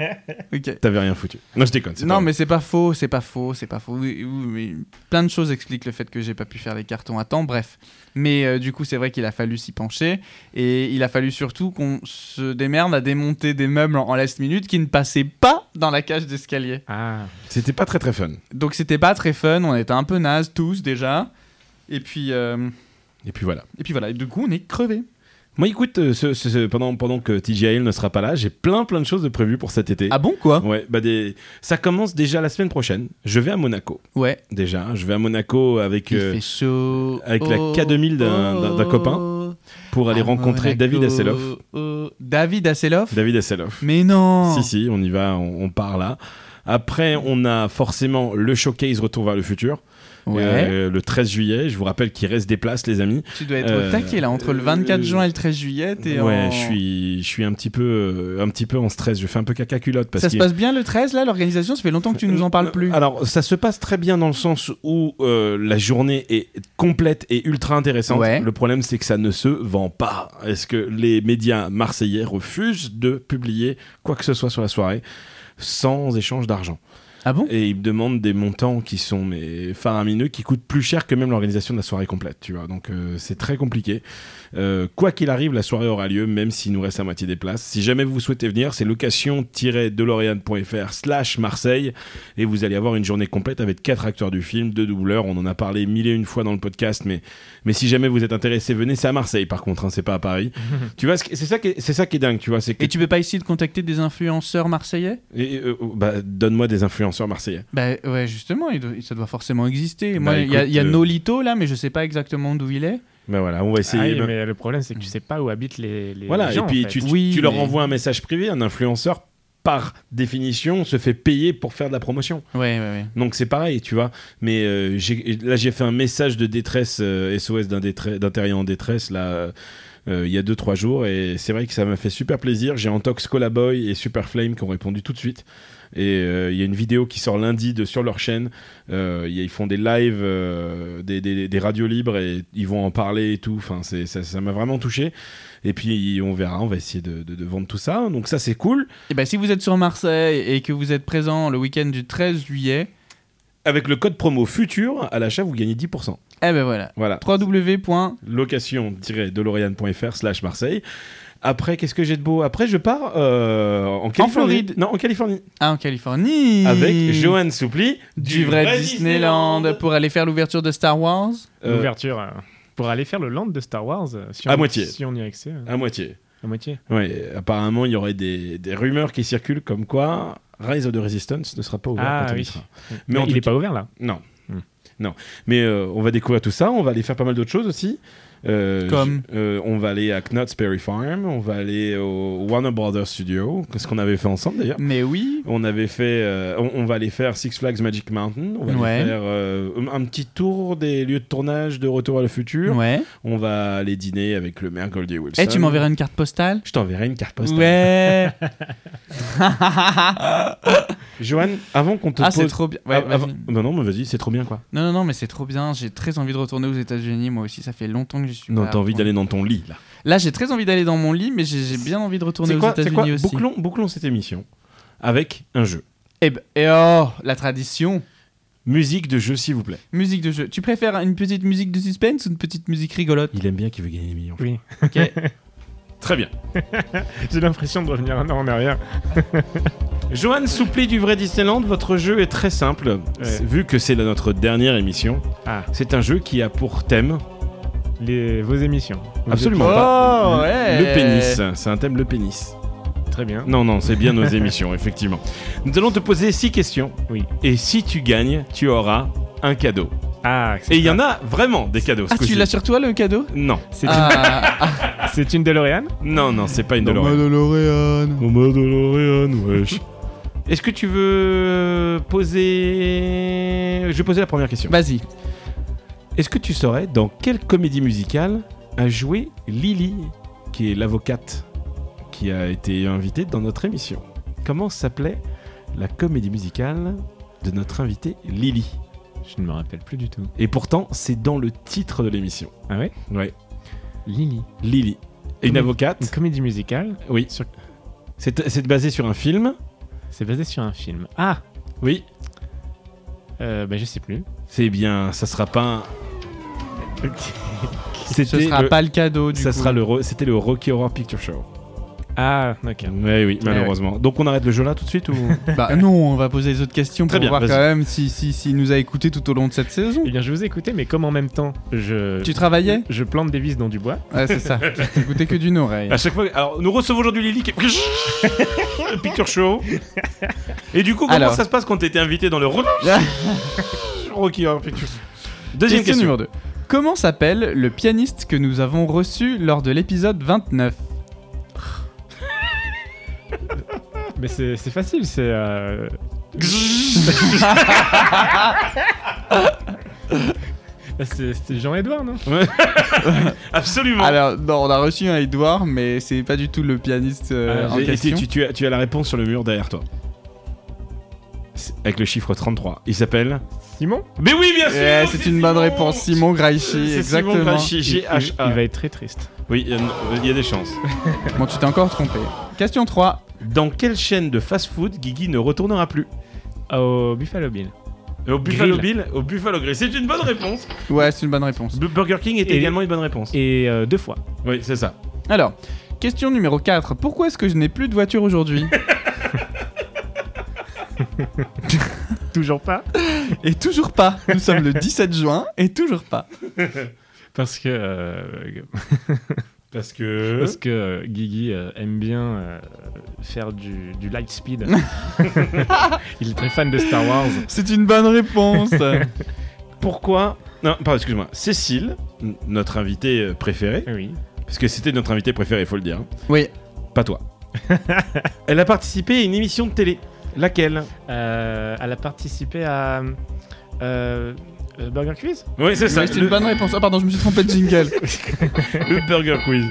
[SPEAKER 2] Ok.
[SPEAKER 1] T'avais rien foutu. Non, je déconne. c'est pas
[SPEAKER 2] Non,
[SPEAKER 1] vrai.
[SPEAKER 2] mais c'est pas faux, c'est pas faux, c'est pas faux. Oui, oui, oui, mais plein de choses expliquent le fait que j'ai pas pu faire les cartons à temps, bref. Mais euh, du coup, c'est vrai qu'il a fallu s'y pencher et il a fallu surtout qu'on se démerde à démonter des meubles en, en last minute qui ne passaient pas dans la cage d'escalier.
[SPEAKER 3] ah.
[SPEAKER 1] C'était pas très très fun.
[SPEAKER 2] Donc c'était pas très fun, on était un peu naze tous déjà. Et puis, euh,
[SPEAKER 1] Et puis voilà.
[SPEAKER 2] et puis voilà, et du coup, on est crevés.
[SPEAKER 1] Moi, écoute, euh, ce- ce- ce- pendant, pendant que TJL ne sera pas là, j'ai plein plein de choses de prévues pour cet été.
[SPEAKER 2] Ah bon, quoi
[SPEAKER 1] Ouais, bah des... ça commence déjà la semaine prochaine. Je vais à Monaco,
[SPEAKER 2] Ouais.
[SPEAKER 1] déjà. hein, Je vais à Monaco avec,
[SPEAKER 2] Il
[SPEAKER 1] euh,
[SPEAKER 2] fait chaud. Oh,
[SPEAKER 1] avec la K2000 d'un- d'un- d'un copain. pour aller
[SPEAKER 2] À
[SPEAKER 1] rencontrer
[SPEAKER 2] Monaco.
[SPEAKER 1] David Asseloff.
[SPEAKER 2] Oh, David Asseloff
[SPEAKER 1] David Asseloff.
[SPEAKER 2] Mais non
[SPEAKER 1] Si, si, on y va, on, on part là. Après, on a forcément le showcase Retour vers le futur,
[SPEAKER 2] Ouais.
[SPEAKER 1] euh, le 13 juillet. Je vous rappelle qu'il reste des places, les amis.
[SPEAKER 2] Tu dois être
[SPEAKER 1] euh,
[SPEAKER 2] au taquet là, entre le 24
[SPEAKER 1] euh,
[SPEAKER 2] juin et le 13 juillet. t'es
[SPEAKER 1] ouais,
[SPEAKER 2] en-
[SPEAKER 1] je suis, je suis un petit peu, euh, un petit peu en stress. Je fais un peu caca culotte parce
[SPEAKER 2] Ça se
[SPEAKER 1] qu'il- Ah.
[SPEAKER 2] passe bien le 13 là, l'organisation Ça fait longtemps que tu nous en parles plus.
[SPEAKER 1] Alors, ça se passe très bien dans le sens où euh, la journée est complète et ultra intéressante.
[SPEAKER 2] Ouais.
[SPEAKER 1] Le problème, c'est que ça ne se vend pas. Est-ce que les médias marseillais refusent de publier quoi que ce soit sur la soirée sans échange d'argent
[SPEAKER 2] Ah bon
[SPEAKER 1] Et ils demandent des montants qui sont mais faramineux, qui coûtent plus cher que même l'organisation de la soirée complète, tu vois. Donc, euh, c'est très compliqué. Euh, quoi qu'il arrive, la soirée aura lieu, même s'il nous reste à moitié des places. Si jamais vous souhaitez venir, c'est location-delorean.fr slash Marseille et vous allez avoir une journée complète avec quatre acteurs du film, deux doubleurs. On en a parlé mille et une fois dans le podcast, mais, mais si jamais vous êtes intéressé, venez. C'est à Marseille, par contre, hein, c'est pas à [LAUGHS] Paris. tu vois, ce qui- c'est ça, qui est- c'est ça qui est dingue, tu vois. C'est que,
[SPEAKER 2] Et tu peux pas essayer de contacter des influenceurs marseillais
[SPEAKER 1] et, euh, bah, donne-moi des influenceurs marseillais.
[SPEAKER 2] Bah ouais, justement, il doit- ça doit forcément exister.
[SPEAKER 1] Bah,
[SPEAKER 2] Moi, il y a,
[SPEAKER 1] écoute,
[SPEAKER 2] il y a
[SPEAKER 1] euh,
[SPEAKER 2] Nolito là, mais je sais pas exactement d'où il est.
[SPEAKER 1] Ben voilà, on va essayer.
[SPEAKER 3] Ah oui,
[SPEAKER 1] Ben-
[SPEAKER 3] mais le problème, c'est que tu sais pas où habitent les, les
[SPEAKER 1] Voilà,
[SPEAKER 3] gens.
[SPEAKER 1] et puis
[SPEAKER 3] en fait.
[SPEAKER 1] tu, tu-
[SPEAKER 2] Oui,
[SPEAKER 1] tu leur
[SPEAKER 2] mais-
[SPEAKER 1] envoies un message privé, un influenceur par définition se fait payer pour faire de la promotion.
[SPEAKER 2] Ouais, ouais, ouais.
[SPEAKER 1] Donc c'est pareil, tu vois. Mais euh, j'ai- là, j'ai fait un message de détresse euh, SOS d'un détre- d'un terrien en détresse, là, euh, euh, il y a 2-3 jours. Et c'est vrai que ça m'a fait super plaisir. J'ai Antox Colaboy et Superflame qui ont répondu tout de suite. Et euh, il y a une vidéo qui sort lundi de, sur leur chaîne. Euh, il y a- ils font des lives, euh, des, des- des radios libres et ils vont en parler et tout. Enfin, c'est- ça ça m'a vraiment touché. Et puis on verra, on va essayer de, de- de vendre tout ça. Donc ça, c'est cool.
[SPEAKER 2] Et bah si vous êtes sur Marseille et que vous êtes présent le week-end du 13 juillet,
[SPEAKER 1] Avec le code promo futur, à l'achat, vous gagnez 10%.
[SPEAKER 2] eh ben voilà.
[SPEAKER 1] Voilà.
[SPEAKER 2] www.
[SPEAKER 1] location-delorean.fr slash Marseille. Après, qu'est-ce que j'ai de beau Après, je pars euh, en Californie.
[SPEAKER 2] Floride.
[SPEAKER 1] Non, en Californie.
[SPEAKER 2] Ah, en Californie
[SPEAKER 1] Avec Johan Soupli
[SPEAKER 2] du vrai, Disneyland, pour aller faire l'ouverture de Star Wars.
[SPEAKER 1] Euh,
[SPEAKER 3] L'ouverture euh, pour aller faire le land de Star Wars. euh, Si
[SPEAKER 1] À
[SPEAKER 3] on-
[SPEAKER 1] moitié.
[SPEAKER 3] Si on y a accès. euh,
[SPEAKER 1] à moitié.
[SPEAKER 3] À moitié.
[SPEAKER 1] Ouais, apparemment, il y aurait des, des rumeurs qui circulent comme quoi Rise of the Resistance ne sera pas ouvert
[SPEAKER 3] Ah,
[SPEAKER 1] quand on y
[SPEAKER 3] oui.
[SPEAKER 1] sera.
[SPEAKER 3] Mais,
[SPEAKER 1] en
[SPEAKER 3] il
[SPEAKER 1] tout
[SPEAKER 3] est pas ouvert là.
[SPEAKER 1] Non.
[SPEAKER 3] Hmm.
[SPEAKER 1] Non. Mais euh, on va découvrir tout ça. On va aller faire pas mal d'autres choses aussi. Euh,
[SPEAKER 2] Comme
[SPEAKER 1] je- euh, On va aller à Knott's Berry Farm. On va aller au Warner Brothers Studio. Ce qu'on avait fait ensemble d'ailleurs.
[SPEAKER 2] Mais oui,
[SPEAKER 1] On avait fait, euh, on, on va aller faire Six Flags Magic Mountain. On va aller
[SPEAKER 2] Ouais.
[SPEAKER 1] faire euh, un petit tour des lieux de tournage de Retour à le futur.
[SPEAKER 2] ouais.
[SPEAKER 1] On va aller dîner avec le maire Goldie Wilson.
[SPEAKER 2] Eh, tu m'enverras une carte postale
[SPEAKER 1] Je t'enverrai une carte postale. [LAUGHS]
[SPEAKER 2] Ouais.
[SPEAKER 1] Johan, avant qu'on te
[SPEAKER 2] ah, c'est
[SPEAKER 1] pose.
[SPEAKER 2] trop bien.
[SPEAKER 1] Ah,
[SPEAKER 2] Ouais, vas-y.
[SPEAKER 1] avant- Non, non, mais vas-y, c'est trop bien quoi.
[SPEAKER 2] Non, non, non, mais c'est trop bien. J'ai très envie de retourner aux États-Unis. Moi aussi, ça fait longtemps que j'y suis.
[SPEAKER 1] Non,
[SPEAKER 2] pas.
[SPEAKER 1] t'as envie d'aller dans ton lit là.
[SPEAKER 2] Là, j'ai très envie d'aller dans mon lit, mais j'ai j'ai bien envie de retourner
[SPEAKER 1] C'est
[SPEAKER 2] aux
[SPEAKER 1] quoi, c'est quoi
[SPEAKER 2] États-Unis aussi.
[SPEAKER 1] bouclons, bouclons cette émission avec un jeu.
[SPEAKER 2] Eh ben- et oh, la eh tradition.
[SPEAKER 1] Musique de jeu, s'il vous plaît.
[SPEAKER 2] Musique de jeu. Tu préfères une petite musique de suspense ou une petite musique rigolote
[SPEAKER 1] Il aime bien qu'il veut gagner des millions.
[SPEAKER 3] Oui. [LAUGHS]
[SPEAKER 1] Très bien.
[SPEAKER 3] J'ai l'impression de revenir un an en arrière.
[SPEAKER 1] Johan Soupli du vrai Disneyland, votre jeu est très simple.
[SPEAKER 3] Ouais.
[SPEAKER 1] Vu que c'est la- notre dernière émission,
[SPEAKER 3] Ah.
[SPEAKER 1] c'est un jeu qui a pour thème
[SPEAKER 3] Les, vos émissions. Vous
[SPEAKER 1] Absolument.
[SPEAKER 2] Oh,
[SPEAKER 1] pas.
[SPEAKER 2] ouais.
[SPEAKER 1] le pénis. C'est un thème le pénis.
[SPEAKER 3] êtes Très bien.
[SPEAKER 1] Non, non, c'est bien nos émissions, effectivement. Nous allons te poser six questions.
[SPEAKER 3] Oui.
[SPEAKER 1] Et si tu gagnes, tu auras un cadeau.
[SPEAKER 3] Ah, c'est
[SPEAKER 1] Et il y en a vraiment des cadeaux. ce
[SPEAKER 2] Ah, tu
[SPEAKER 1] coup-ci.
[SPEAKER 2] l'as sur toi le cadeau
[SPEAKER 1] Non,
[SPEAKER 3] c'est
[SPEAKER 2] Ah, ah,
[SPEAKER 3] une, c'est une DeLorean
[SPEAKER 1] non, non, c'est pas une DeLorean.
[SPEAKER 2] DeLorean.
[SPEAKER 1] Est-ce que tu veux poser. Je vais poser la première question. [LAUGHS]
[SPEAKER 2] Vas-y.
[SPEAKER 1] Est-ce que tu saurais dans quelle comédie musicale a joué Lily, qui est l'avocate qui a été invitée dans notre émission Comment s'appelait la comédie musicale de notre invitée Lily
[SPEAKER 3] Je ne me rappelle plus du tout.
[SPEAKER 1] Et pourtant, c'est dans le titre de l'émission.
[SPEAKER 3] Ah ouais
[SPEAKER 1] Ouais.
[SPEAKER 3] Lily.
[SPEAKER 1] Lily. Une
[SPEAKER 3] Comédie- Une
[SPEAKER 1] avocate.
[SPEAKER 3] comédie musicale.
[SPEAKER 1] Oui.
[SPEAKER 3] Sur-
[SPEAKER 1] C'est c'est basé sur un film.
[SPEAKER 3] C'est basé sur un film. Ah
[SPEAKER 1] Oui.
[SPEAKER 3] euh, bah, Je sais plus.
[SPEAKER 1] C'est bien, ça sera pas un...
[SPEAKER 2] Ce
[SPEAKER 1] C'était
[SPEAKER 2] sera
[SPEAKER 1] le-
[SPEAKER 2] pas le cadeau du
[SPEAKER 1] ça
[SPEAKER 2] coup.
[SPEAKER 1] sera le re- c'était le Rocky Horror Picture Show.
[SPEAKER 3] Ah, ok.
[SPEAKER 1] Oui, oui, malheureusement. Donc on arrête le jeu là tout de suite ou
[SPEAKER 2] [LAUGHS] Bah non, on va poser les autres questions
[SPEAKER 1] Très
[SPEAKER 2] pour
[SPEAKER 1] bien,
[SPEAKER 2] voir quand
[SPEAKER 1] vas-y.
[SPEAKER 2] même s'il si, s'il nous a écoutés tout au long de cette saison.
[SPEAKER 3] Eh bien, je vous ai écouté, mais comme en même temps, je.
[SPEAKER 2] Tu travaillais
[SPEAKER 3] Je plante des vis dans du bois.
[SPEAKER 2] Ouais,
[SPEAKER 1] [LAUGHS]
[SPEAKER 2] c'est ça. Tu écoutais que d'une oreille.
[SPEAKER 1] À chaque fois, alors nous recevons aujourd'hui Lily qui est- [LAUGHS] Picture Show. Et du coup, comment
[SPEAKER 2] Alors.
[SPEAKER 1] ça se passe quand t'étais invité dans le Ro- Rocky Horror Picture Show Deuxième
[SPEAKER 2] Question
[SPEAKER 1] question.
[SPEAKER 2] numéro 2. Comment s'appelle le pianiste que nous avons reçu lors de l'épisode 29
[SPEAKER 3] Mais c'est c'est facile,
[SPEAKER 1] [LAUGHS]
[SPEAKER 3] c'est. euh, [LAUGHS] bah, c'est c'est Jean-Edouard, non
[SPEAKER 1] Absolument.
[SPEAKER 2] Alors, non, on a reçu un Edouard, mais c'est pas du tout le pianiste euh,
[SPEAKER 3] Ah,
[SPEAKER 2] en
[SPEAKER 1] Et- et tu,
[SPEAKER 2] question.
[SPEAKER 1] tu- tu as, tu as la réponse sur le mur derrière toi. C'est- Avec le chiffre 33. Il s'appelle
[SPEAKER 3] Simon
[SPEAKER 1] Mais oui, bien sûr
[SPEAKER 2] Ouais, Eh, c'est une bonne réponse, Simon Graichy,
[SPEAKER 1] C'est Simon
[SPEAKER 2] exactement.
[SPEAKER 1] Grachi,
[SPEAKER 3] il, il va
[SPEAKER 1] G-H-A.
[SPEAKER 3] être très triste.
[SPEAKER 1] Oui, il y a- il y a des chances.
[SPEAKER 2] Bon, tu t'es encore trompé. Question 3.
[SPEAKER 1] Dans quelle chaîne de fast-food Guigui ne retournera plus
[SPEAKER 3] Au Buffalo Bill.
[SPEAKER 1] Au Buffalo Bill
[SPEAKER 3] Grill.
[SPEAKER 1] Au Buffalo Grill. C'est une bonne réponse.
[SPEAKER 2] Ouais, c'est une bonne réponse.
[SPEAKER 1] Bu- Burger King est
[SPEAKER 3] Et-
[SPEAKER 1] également une bonne réponse.
[SPEAKER 3] Et euh, deux fois.
[SPEAKER 1] Oui, c'est ça.
[SPEAKER 2] Alors, question numéro 4. Pourquoi est-ce que je n'ai plus de voiture aujourd'hui
[SPEAKER 3] Toujours pas
[SPEAKER 2] [LAUGHS] Et toujours pas. Nous sommes le 17 juin et toujours pas.
[SPEAKER 3] Parce que. euh,
[SPEAKER 1] Parce que.
[SPEAKER 3] Parce que euh, Guigui euh, aime bien euh, faire du, du light speed. Il est très fan de Star Wars.
[SPEAKER 2] C'est une bonne réponse.
[SPEAKER 1] Pourquoi. Non, pardon, excuse-moi. Cécile, n- notre invitée euh, préférée,
[SPEAKER 3] Oui.
[SPEAKER 1] parce que c'était notre invitée préférée, il faut le dire. hein.
[SPEAKER 2] oui.
[SPEAKER 1] Pas toi. [LAUGHS] Elle a participé à une émission de télé. Laquelle
[SPEAKER 3] Euh, elle a participé à euh, euh, Burger Quiz
[SPEAKER 1] Oui, c'est ça.
[SPEAKER 2] Mais c'est
[SPEAKER 1] le-
[SPEAKER 2] une bonne réponse. Ah pardon, je me suis trompé de [LAUGHS] jingle.
[SPEAKER 1] le Burger Quiz.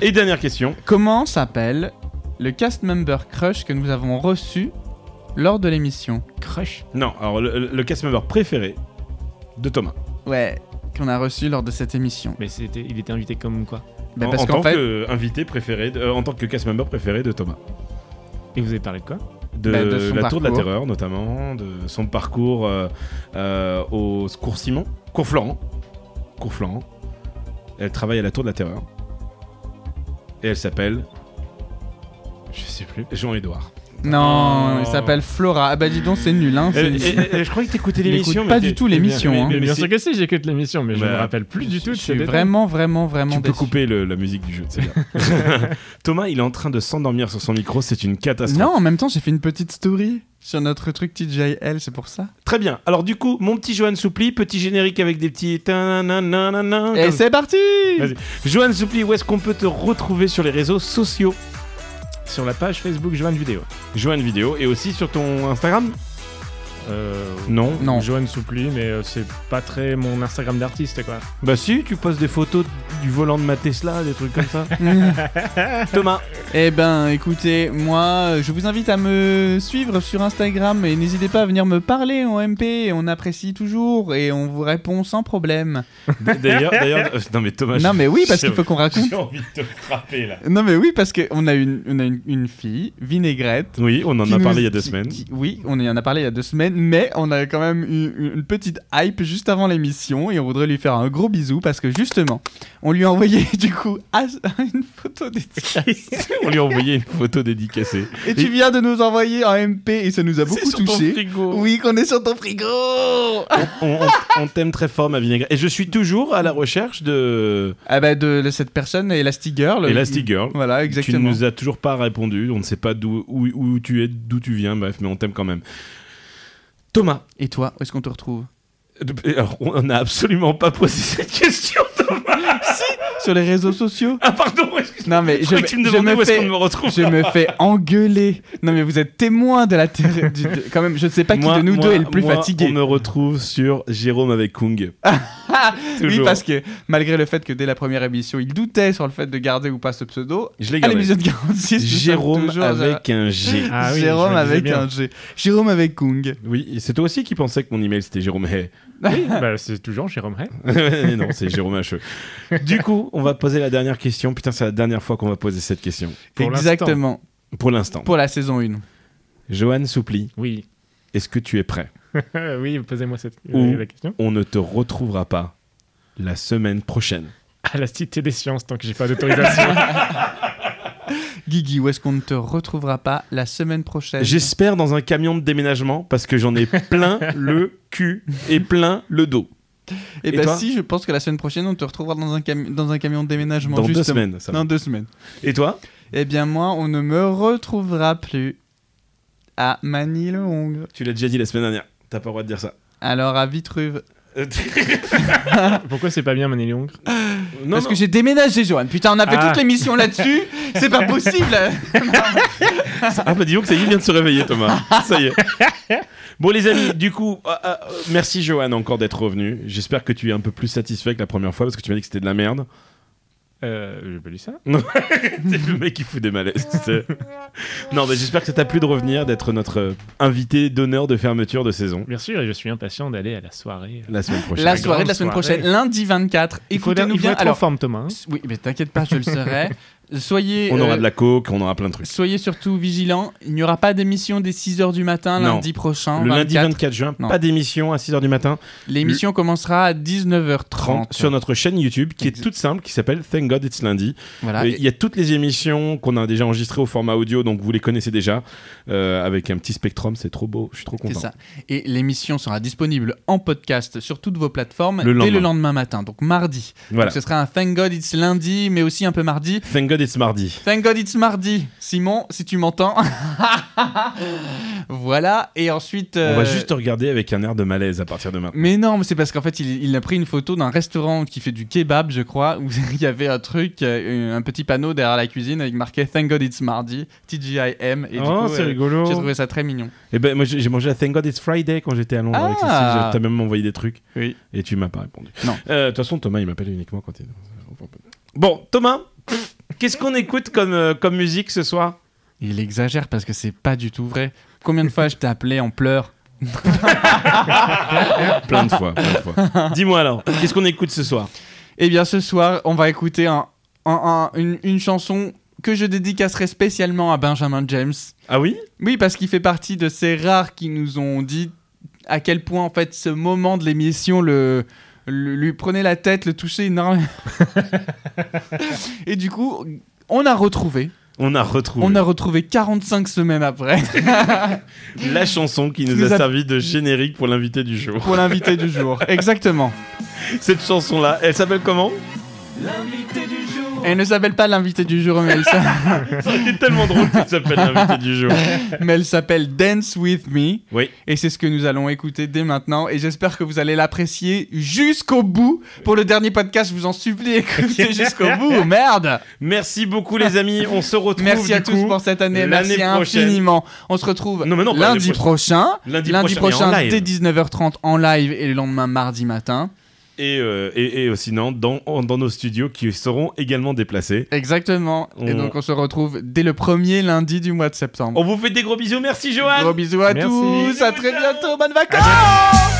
[SPEAKER 1] Et dernière question.
[SPEAKER 2] Comment s'appelle le cast member crush que nous avons reçu lors de l'émission
[SPEAKER 3] Crush.
[SPEAKER 1] Non, alors le, le- le cast member préféré de Thomas.
[SPEAKER 2] Ouais, qu'on a reçu lors de cette émission.
[SPEAKER 3] Mais c'était, il était invité comme quoi
[SPEAKER 2] Bah,
[SPEAKER 1] en,
[SPEAKER 2] parce
[SPEAKER 1] en
[SPEAKER 2] qu'en
[SPEAKER 1] tant
[SPEAKER 2] fait,
[SPEAKER 1] que invité préféré, de- euh, en tant que cast member préféré de Thomas.
[SPEAKER 3] Et vous avez parlé de quoi
[SPEAKER 1] De,
[SPEAKER 2] Bah, de son
[SPEAKER 1] la Tour de la
[SPEAKER 2] parcours.
[SPEAKER 1] Terreur notamment, de son parcours euh, euh, au cours Simon, cours Florent, cours Florent. Elle travaille à la Tour de la Terreur et elle s'appelle
[SPEAKER 3] Je sais plus.
[SPEAKER 1] Jean-Édouard.
[SPEAKER 2] non,
[SPEAKER 1] Oh.
[SPEAKER 2] il s'appelle Flora. Ah bah dis donc, c'est nul. Hein, c'est-
[SPEAKER 1] Elle- elle- elle- Euh, Je croyais que t'écoutais
[SPEAKER 2] Il
[SPEAKER 1] l'émission,
[SPEAKER 2] écoute
[SPEAKER 1] mais
[SPEAKER 2] pas
[SPEAKER 1] t'es-
[SPEAKER 2] du tout
[SPEAKER 1] t'es bien-
[SPEAKER 2] l'émission,
[SPEAKER 1] mais-
[SPEAKER 2] hein.
[SPEAKER 1] mais- mais
[SPEAKER 3] bien
[SPEAKER 1] c'est-
[SPEAKER 3] sûr que si, j'écoute l'émission, mais je
[SPEAKER 1] Bah,
[SPEAKER 3] me rappelle plus du tout. de
[SPEAKER 2] Je
[SPEAKER 3] ces
[SPEAKER 2] suis
[SPEAKER 3] détails.
[SPEAKER 2] vraiment, vraiment, vraiment
[SPEAKER 1] Tu peux
[SPEAKER 2] déçu.
[SPEAKER 1] couper le- la musique du jeu, [LAUGHS] c'est bien. Thomas, il est en train de s'endormir sur son micro, c'est une catastrophe.
[SPEAKER 2] Non, en même temps, j'ai fait une petite story sur notre truc TJL, c'est pour ça.
[SPEAKER 1] Très bien. Alors du coup, mon petit Johan Soupli, petit générique avec des petits... tanananana,
[SPEAKER 2] Et
[SPEAKER 1] Oh, comme-
[SPEAKER 2] c'est parti
[SPEAKER 1] Vas-y. Johan Soupli, où est-ce qu'on peut te retrouver sur les réseaux sociaux
[SPEAKER 3] Sur la page Facebook Joanne Vidéo.
[SPEAKER 1] Johan Vidéo et aussi sur ton Instagram
[SPEAKER 3] Euh,
[SPEAKER 1] Non.
[SPEAKER 2] Non.
[SPEAKER 3] Joanne Soupli, mais euh, c'est pas très mon Instagram d'artiste quoi.
[SPEAKER 1] Bah si, tu postes des photos du volant de ma Tesla, des trucs comme ça. [LAUGHS] Thomas.
[SPEAKER 2] [LAUGHS] Eh ben, écoutez, moi, euh, je vous invite à me suivre sur Instagram et n'hésitez pas à venir me parler en MP. On apprécie toujours et on vous répond sans problème.
[SPEAKER 1] D'ailleurs, d'ailleurs, euh, non mais Thomas.
[SPEAKER 2] non,
[SPEAKER 1] j'ai-
[SPEAKER 2] mais oui, parce
[SPEAKER 1] j'ai-
[SPEAKER 2] qu'il faut qu'on raconte.
[SPEAKER 1] [LAUGHS] J'ai envie de te frapper là.
[SPEAKER 2] Non, mais oui, parce qu'on a une, on a une, une fille, Vinaigrette.
[SPEAKER 1] Oui, on en
[SPEAKER 2] qui
[SPEAKER 1] a
[SPEAKER 2] nous-
[SPEAKER 1] parlé il y a deux
[SPEAKER 2] qui-
[SPEAKER 1] semaines.
[SPEAKER 2] qui- oui, on y en a parlé il y a deux semaines, mais on a quand même eu une petite hype juste avant l'émission et on voudrait lui faire un gros bisou parce que justement, on lui a envoyé [LAUGHS] du coup as- une photo
[SPEAKER 1] [LAUGHS]
[SPEAKER 2] dédicace.
[SPEAKER 1] On lui a envoyé une photo dédicacée.
[SPEAKER 2] Et tu viens de nous envoyer en MP et ça nous a [LAUGHS] beaucoup touché.
[SPEAKER 1] frigo.
[SPEAKER 2] Oui, qu'on est sur ton frigo.
[SPEAKER 1] On, on- on t'aime très fort, ma vinaigrette. Et je suis toujours à la recherche de
[SPEAKER 2] Ah bah de, de cette personne, Elastigirl.
[SPEAKER 1] Elastigirl.
[SPEAKER 2] Voilà, exactement.
[SPEAKER 1] Tu ne nous as toujours pas répondu. On ne sait pas d'où où, où tu es, d'où tu viens. Bref, mais on t'aime quand même. Thomas.
[SPEAKER 2] Et toi, où est-ce qu'on te retrouve
[SPEAKER 1] de- Alors, on n'a absolument pas posé [LAUGHS] cette question.
[SPEAKER 2] Sur les réseaux sociaux
[SPEAKER 1] Ah, pardon. excuse-
[SPEAKER 2] Non mais
[SPEAKER 1] Je
[SPEAKER 2] je,
[SPEAKER 1] croyais que tu me
[SPEAKER 2] je
[SPEAKER 1] demandais où
[SPEAKER 2] me
[SPEAKER 1] est-ce qu'on
[SPEAKER 2] fais...
[SPEAKER 1] me retrouve.
[SPEAKER 2] Je me fais engueuler. Non mais vous êtes témoin de la terre. du- de- Quand même, je ne sais pas qui
[SPEAKER 1] Moi-
[SPEAKER 2] de nous
[SPEAKER 1] moi-
[SPEAKER 2] deux est le plus
[SPEAKER 1] moi,
[SPEAKER 2] fatigué.
[SPEAKER 1] On me retrouve sur Jérôme avec
[SPEAKER 2] [LAUGHS]
[SPEAKER 1] Kung.
[SPEAKER 2] Oui,
[SPEAKER 1] Toujours.
[SPEAKER 2] parce que malgré le fait que dès la première émission, il doutait sur le fait de garder ou pas ce pseudo,
[SPEAKER 1] Je l'ai
[SPEAKER 2] à
[SPEAKER 1] gardé.
[SPEAKER 2] l'épisode 46, nous sommes
[SPEAKER 1] Jérôme
[SPEAKER 2] toujours euh, à-
[SPEAKER 1] avec un G.
[SPEAKER 2] [LAUGHS]
[SPEAKER 3] Ah oui, je me
[SPEAKER 2] Jérôme
[SPEAKER 3] disais
[SPEAKER 2] avec
[SPEAKER 3] bien.
[SPEAKER 2] un G. Jérôme avec Kung.
[SPEAKER 1] Oui, et c'est toi aussi qui pensais que mon email c'était Jérôme Hay. [LAUGHS]
[SPEAKER 3] Bah, c'est toujours Jérôme Ray.
[SPEAKER 1] non, c'est Jérôme H. Du coup, on va poser la dernière question. Putain, c'est la dernière fois qu'on va poser cette question.
[SPEAKER 3] Pour l'instant.
[SPEAKER 2] Exactement.
[SPEAKER 1] Pour l'instant.
[SPEAKER 2] Pour la saison 1.
[SPEAKER 1] Johan Soupli,
[SPEAKER 3] Oui.
[SPEAKER 1] est-ce que tu es prêt
[SPEAKER 3] [LAUGHS] oui, posez-moi cette euh,
[SPEAKER 1] Ou-
[SPEAKER 3] la question.
[SPEAKER 1] On ne te retrouvera pas la semaine prochaine.
[SPEAKER 3] À la Cité des Sciences, tant que j'ai pas
[SPEAKER 2] [LAUGHS]
[SPEAKER 3] d'autorisation.
[SPEAKER 2] Guigui, où est-ce qu'on ne te retrouvera pas la semaine prochaine
[SPEAKER 1] J'espère dans un camion de déménagement parce que j'en [LAUGHS] ai plein le cul et plein le dos.
[SPEAKER 2] Et,
[SPEAKER 1] Et
[SPEAKER 2] bah
[SPEAKER 1] toi
[SPEAKER 2] si, je pense que la semaine prochaine, on te retrouvera dans un, cami- dans un camion de déménagement.
[SPEAKER 1] Dans deux
[SPEAKER 2] justement.
[SPEAKER 1] semaines. ça va.
[SPEAKER 2] Dans deux semaines.
[SPEAKER 1] Et toi
[SPEAKER 2] Eh bien moi, on ne me retrouvera plus à Manille-le-Hongre.
[SPEAKER 1] Tu l'as déjà dit la semaine dernière. T'as pas le droit de dire ça.
[SPEAKER 2] Alors à Vitruve.
[SPEAKER 1] Euh,
[SPEAKER 3] Pourquoi c'est pas bien, Mané Longre
[SPEAKER 1] non, [LAUGHS]
[SPEAKER 2] Parce
[SPEAKER 1] non.
[SPEAKER 2] que j'ai déménagé, Johan. Putain, on a fait
[SPEAKER 3] Ah.
[SPEAKER 2] toute
[SPEAKER 1] [LAUGHS]
[SPEAKER 2] l'émission là-dessus. C'est pas possible. [LAUGHS]
[SPEAKER 1] Ah bah dis donc, ça y est, il vient de se réveiller [LAUGHS] Thomas. Ça y est. Bon les amis, du coup, euh, euh, merci Johan encore d'être revenu. J'espère que tu es un peu plus satisfait que la première fois parce que tu m'as dit que c'était de la merde.
[SPEAKER 3] euh, J'ai pas lu ça.
[SPEAKER 1] C'est le mec qui fout des malaises. tu sais. Non mais j'espère que ça t'a plu de revenir, d'être notre euh, invité d'honneur de fermeture de saison
[SPEAKER 3] Bien sûr, et je suis impatient d'aller à la soirée.
[SPEAKER 1] la semaine prochaine.
[SPEAKER 2] La
[SPEAKER 3] grande
[SPEAKER 2] soirée de la semaine
[SPEAKER 3] soirée.
[SPEAKER 2] prochaine, lundi 24.
[SPEAKER 3] Il faut,
[SPEAKER 2] Écoutez-nous
[SPEAKER 3] il faut
[SPEAKER 2] bien.
[SPEAKER 3] être en
[SPEAKER 2] Alors,
[SPEAKER 3] forme, Thomas. hein.
[SPEAKER 2] oui, mais t'inquiète pas, je
[SPEAKER 1] [LAUGHS]
[SPEAKER 2] le serai. Soyez.
[SPEAKER 1] On aura
[SPEAKER 2] euh,
[SPEAKER 1] de la coke, on aura plein de trucs.
[SPEAKER 2] Soyez surtout vigilants, il n'y aura pas d'émission dès 6h du matin
[SPEAKER 1] Non.
[SPEAKER 2] lundi prochain.
[SPEAKER 1] Le lundi
[SPEAKER 2] 24.
[SPEAKER 1] 24 juin,
[SPEAKER 2] Non.
[SPEAKER 1] pas d'émission à 6h du matin,
[SPEAKER 2] L'émission commencera à 19h30.
[SPEAKER 1] 30, sur notre chaîne YouTube qui est
[SPEAKER 2] Exact. Ah,
[SPEAKER 1] toute simple, qui s'appelle Thank God It's Lundi.
[SPEAKER 2] Voilà.
[SPEAKER 1] Mais Il y a toutes les émissions qu'on a déjà enregistrées au format audio, donc vous les connaissez déjà, euh, avec un petit spectrum, c'est trop beau, je suis trop
[SPEAKER 2] C'est
[SPEAKER 1] content.
[SPEAKER 2] ça. Et l'émission sera disponible en podcast sur toutes vos plateformes
[SPEAKER 1] Le
[SPEAKER 2] dès
[SPEAKER 1] lendemain.
[SPEAKER 2] le lendemain matin, donc mardi.
[SPEAKER 1] Voilà.
[SPEAKER 2] Donc ce sera un Thank God It's lundi, mais aussi un peu mardi.
[SPEAKER 1] Thank God it's mardi.
[SPEAKER 2] Thank God It's mardi. Simon, si tu m'entends. [LAUGHS] voilà. Et ensuite.
[SPEAKER 1] On va
[SPEAKER 2] euh,
[SPEAKER 1] juste te regarder avec un air de malaise à partir de maintenant.
[SPEAKER 2] Mais non, mais c'est parce qu'en fait, il, il a pris une photo d'un restaurant qui fait du kebab, je crois, où [LAUGHS] il y avait un truc, euh, un petit panneau derrière la cuisine avec marqué Thank God it's mardi, TGIM. Et du
[SPEAKER 1] Oh,
[SPEAKER 2] coup, euh,
[SPEAKER 3] rigolo.
[SPEAKER 2] j'ai trouvé ça très mignon.
[SPEAKER 1] Et ben moi j'ai j'ai mangé à Thank God it's Friday quand j'étais à Londres avec Cécile,
[SPEAKER 2] Ah.
[SPEAKER 1] j'ai- t'as même envoyé des trucs
[SPEAKER 2] Oui.
[SPEAKER 1] et tu m'as pas répondu.
[SPEAKER 2] Non.
[SPEAKER 1] Euh, De toute façon Thomas il m'appelle uniquement quand il... Bon Thomas, qu'est-ce qu'on écoute comme, euh, comme musique ce soir
[SPEAKER 2] Il exagère parce que c'est pas du tout vrai. Combien de fois je t'ai appelé en pleurs
[SPEAKER 1] Plein de fois, plein de
[SPEAKER 2] [LAUGHS]
[SPEAKER 1] fois. Dis-moi alors, qu'est-ce qu'on écoute ce soir
[SPEAKER 2] Eh bien, ce soir, on va écouter un, un- un- une, une chanson que je dédicacerai spécialement à Benjamin James.
[SPEAKER 1] Ah oui
[SPEAKER 2] Oui, parce qu'il fait partie de ces rares qui nous ont dit à quel point, en fait, ce moment de l'émission le, le- lui prenait la tête, le touchait énormément. Et du coup, on a retrouvé.
[SPEAKER 1] On a retrouvé
[SPEAKER 2] On a retrouvé 45 semaines après
[SPEAKER 1] la chanson qui nous a
[SPEAKER 2] Nous a-
[SPEAKER 1] servi de générique pour l'invité du jour.
[SPEAKER 2] pour l'invité du jour. Exactement.
[SPEAKER 1] cette chanson là elle s'appelle comment
[SPEAKER 2] Elle ne s'appelle pas l'invité du jour, mais elle s'a-
[SPEAKER 1] ça aurait été tellement drôle qu'elle s'appelle l'invité du jour
[SPEAKER 2] mais elle s'appelle Dance With Me.
[SPEAKER 1] oui
[SPEAKER 2] Et c'est ce que nous allons écouter dès maintenant. Et j'espère que vous allez l'apprécier jusqu'au bout. Pour le dernier podcast, je vous en supplie,
[SPEAKER 1] [LAUGHS]
[SPEAKER 2] écoutez jusqu'au bout. Oh, Merde
[SPEAKER 1] merci beaucoup les amis on se retrouve
[SPEAKER 2] Merci
[SPEAKER 1] du
[SPEAKER 2] à tous
[SPEAKER 1] coup,
[SPEAKER 2] pour cette année.
[SPEAKER 1] l'année
[SPEAKER 2] Merci
[SPEAKER 1] prochaine.
[SPEAKER 2] infiniment. On se retrouve
[SPEAKER 1] Non, mais non, pas
[SPEAKER 2] lundi
[SPEAKER 1] l'année
[SPEAKER 2] prochain.
[SPEAKER 1] lundi,
[SPEAKER 2] Lundi
[SPEAKER 1] prochain,
[SPEAKER 2] prochain,
[SPEAKER 1] mais en live.
[SPEAKER 2] dès 19h30 en live et le lendemain mardi matin.
[SPEAKER 1] et, euh, et, et aussi non, dans, dans nos studios qui seront également déplacés
[SPEAKER 2] Exactement. Et
[SPEAKER 1] On-
[SPEAKER 2] donc on se retrouve dès le premier lundi du mois de septembre.
[SPEAKER 1] on vous fait des gros bisous merci Johan
[SPEAKER 2] Gros bisous à
[SPEAKER 3] Merci.
[SPEAKER 2] tous. À très bientôt. Bonnes vacances.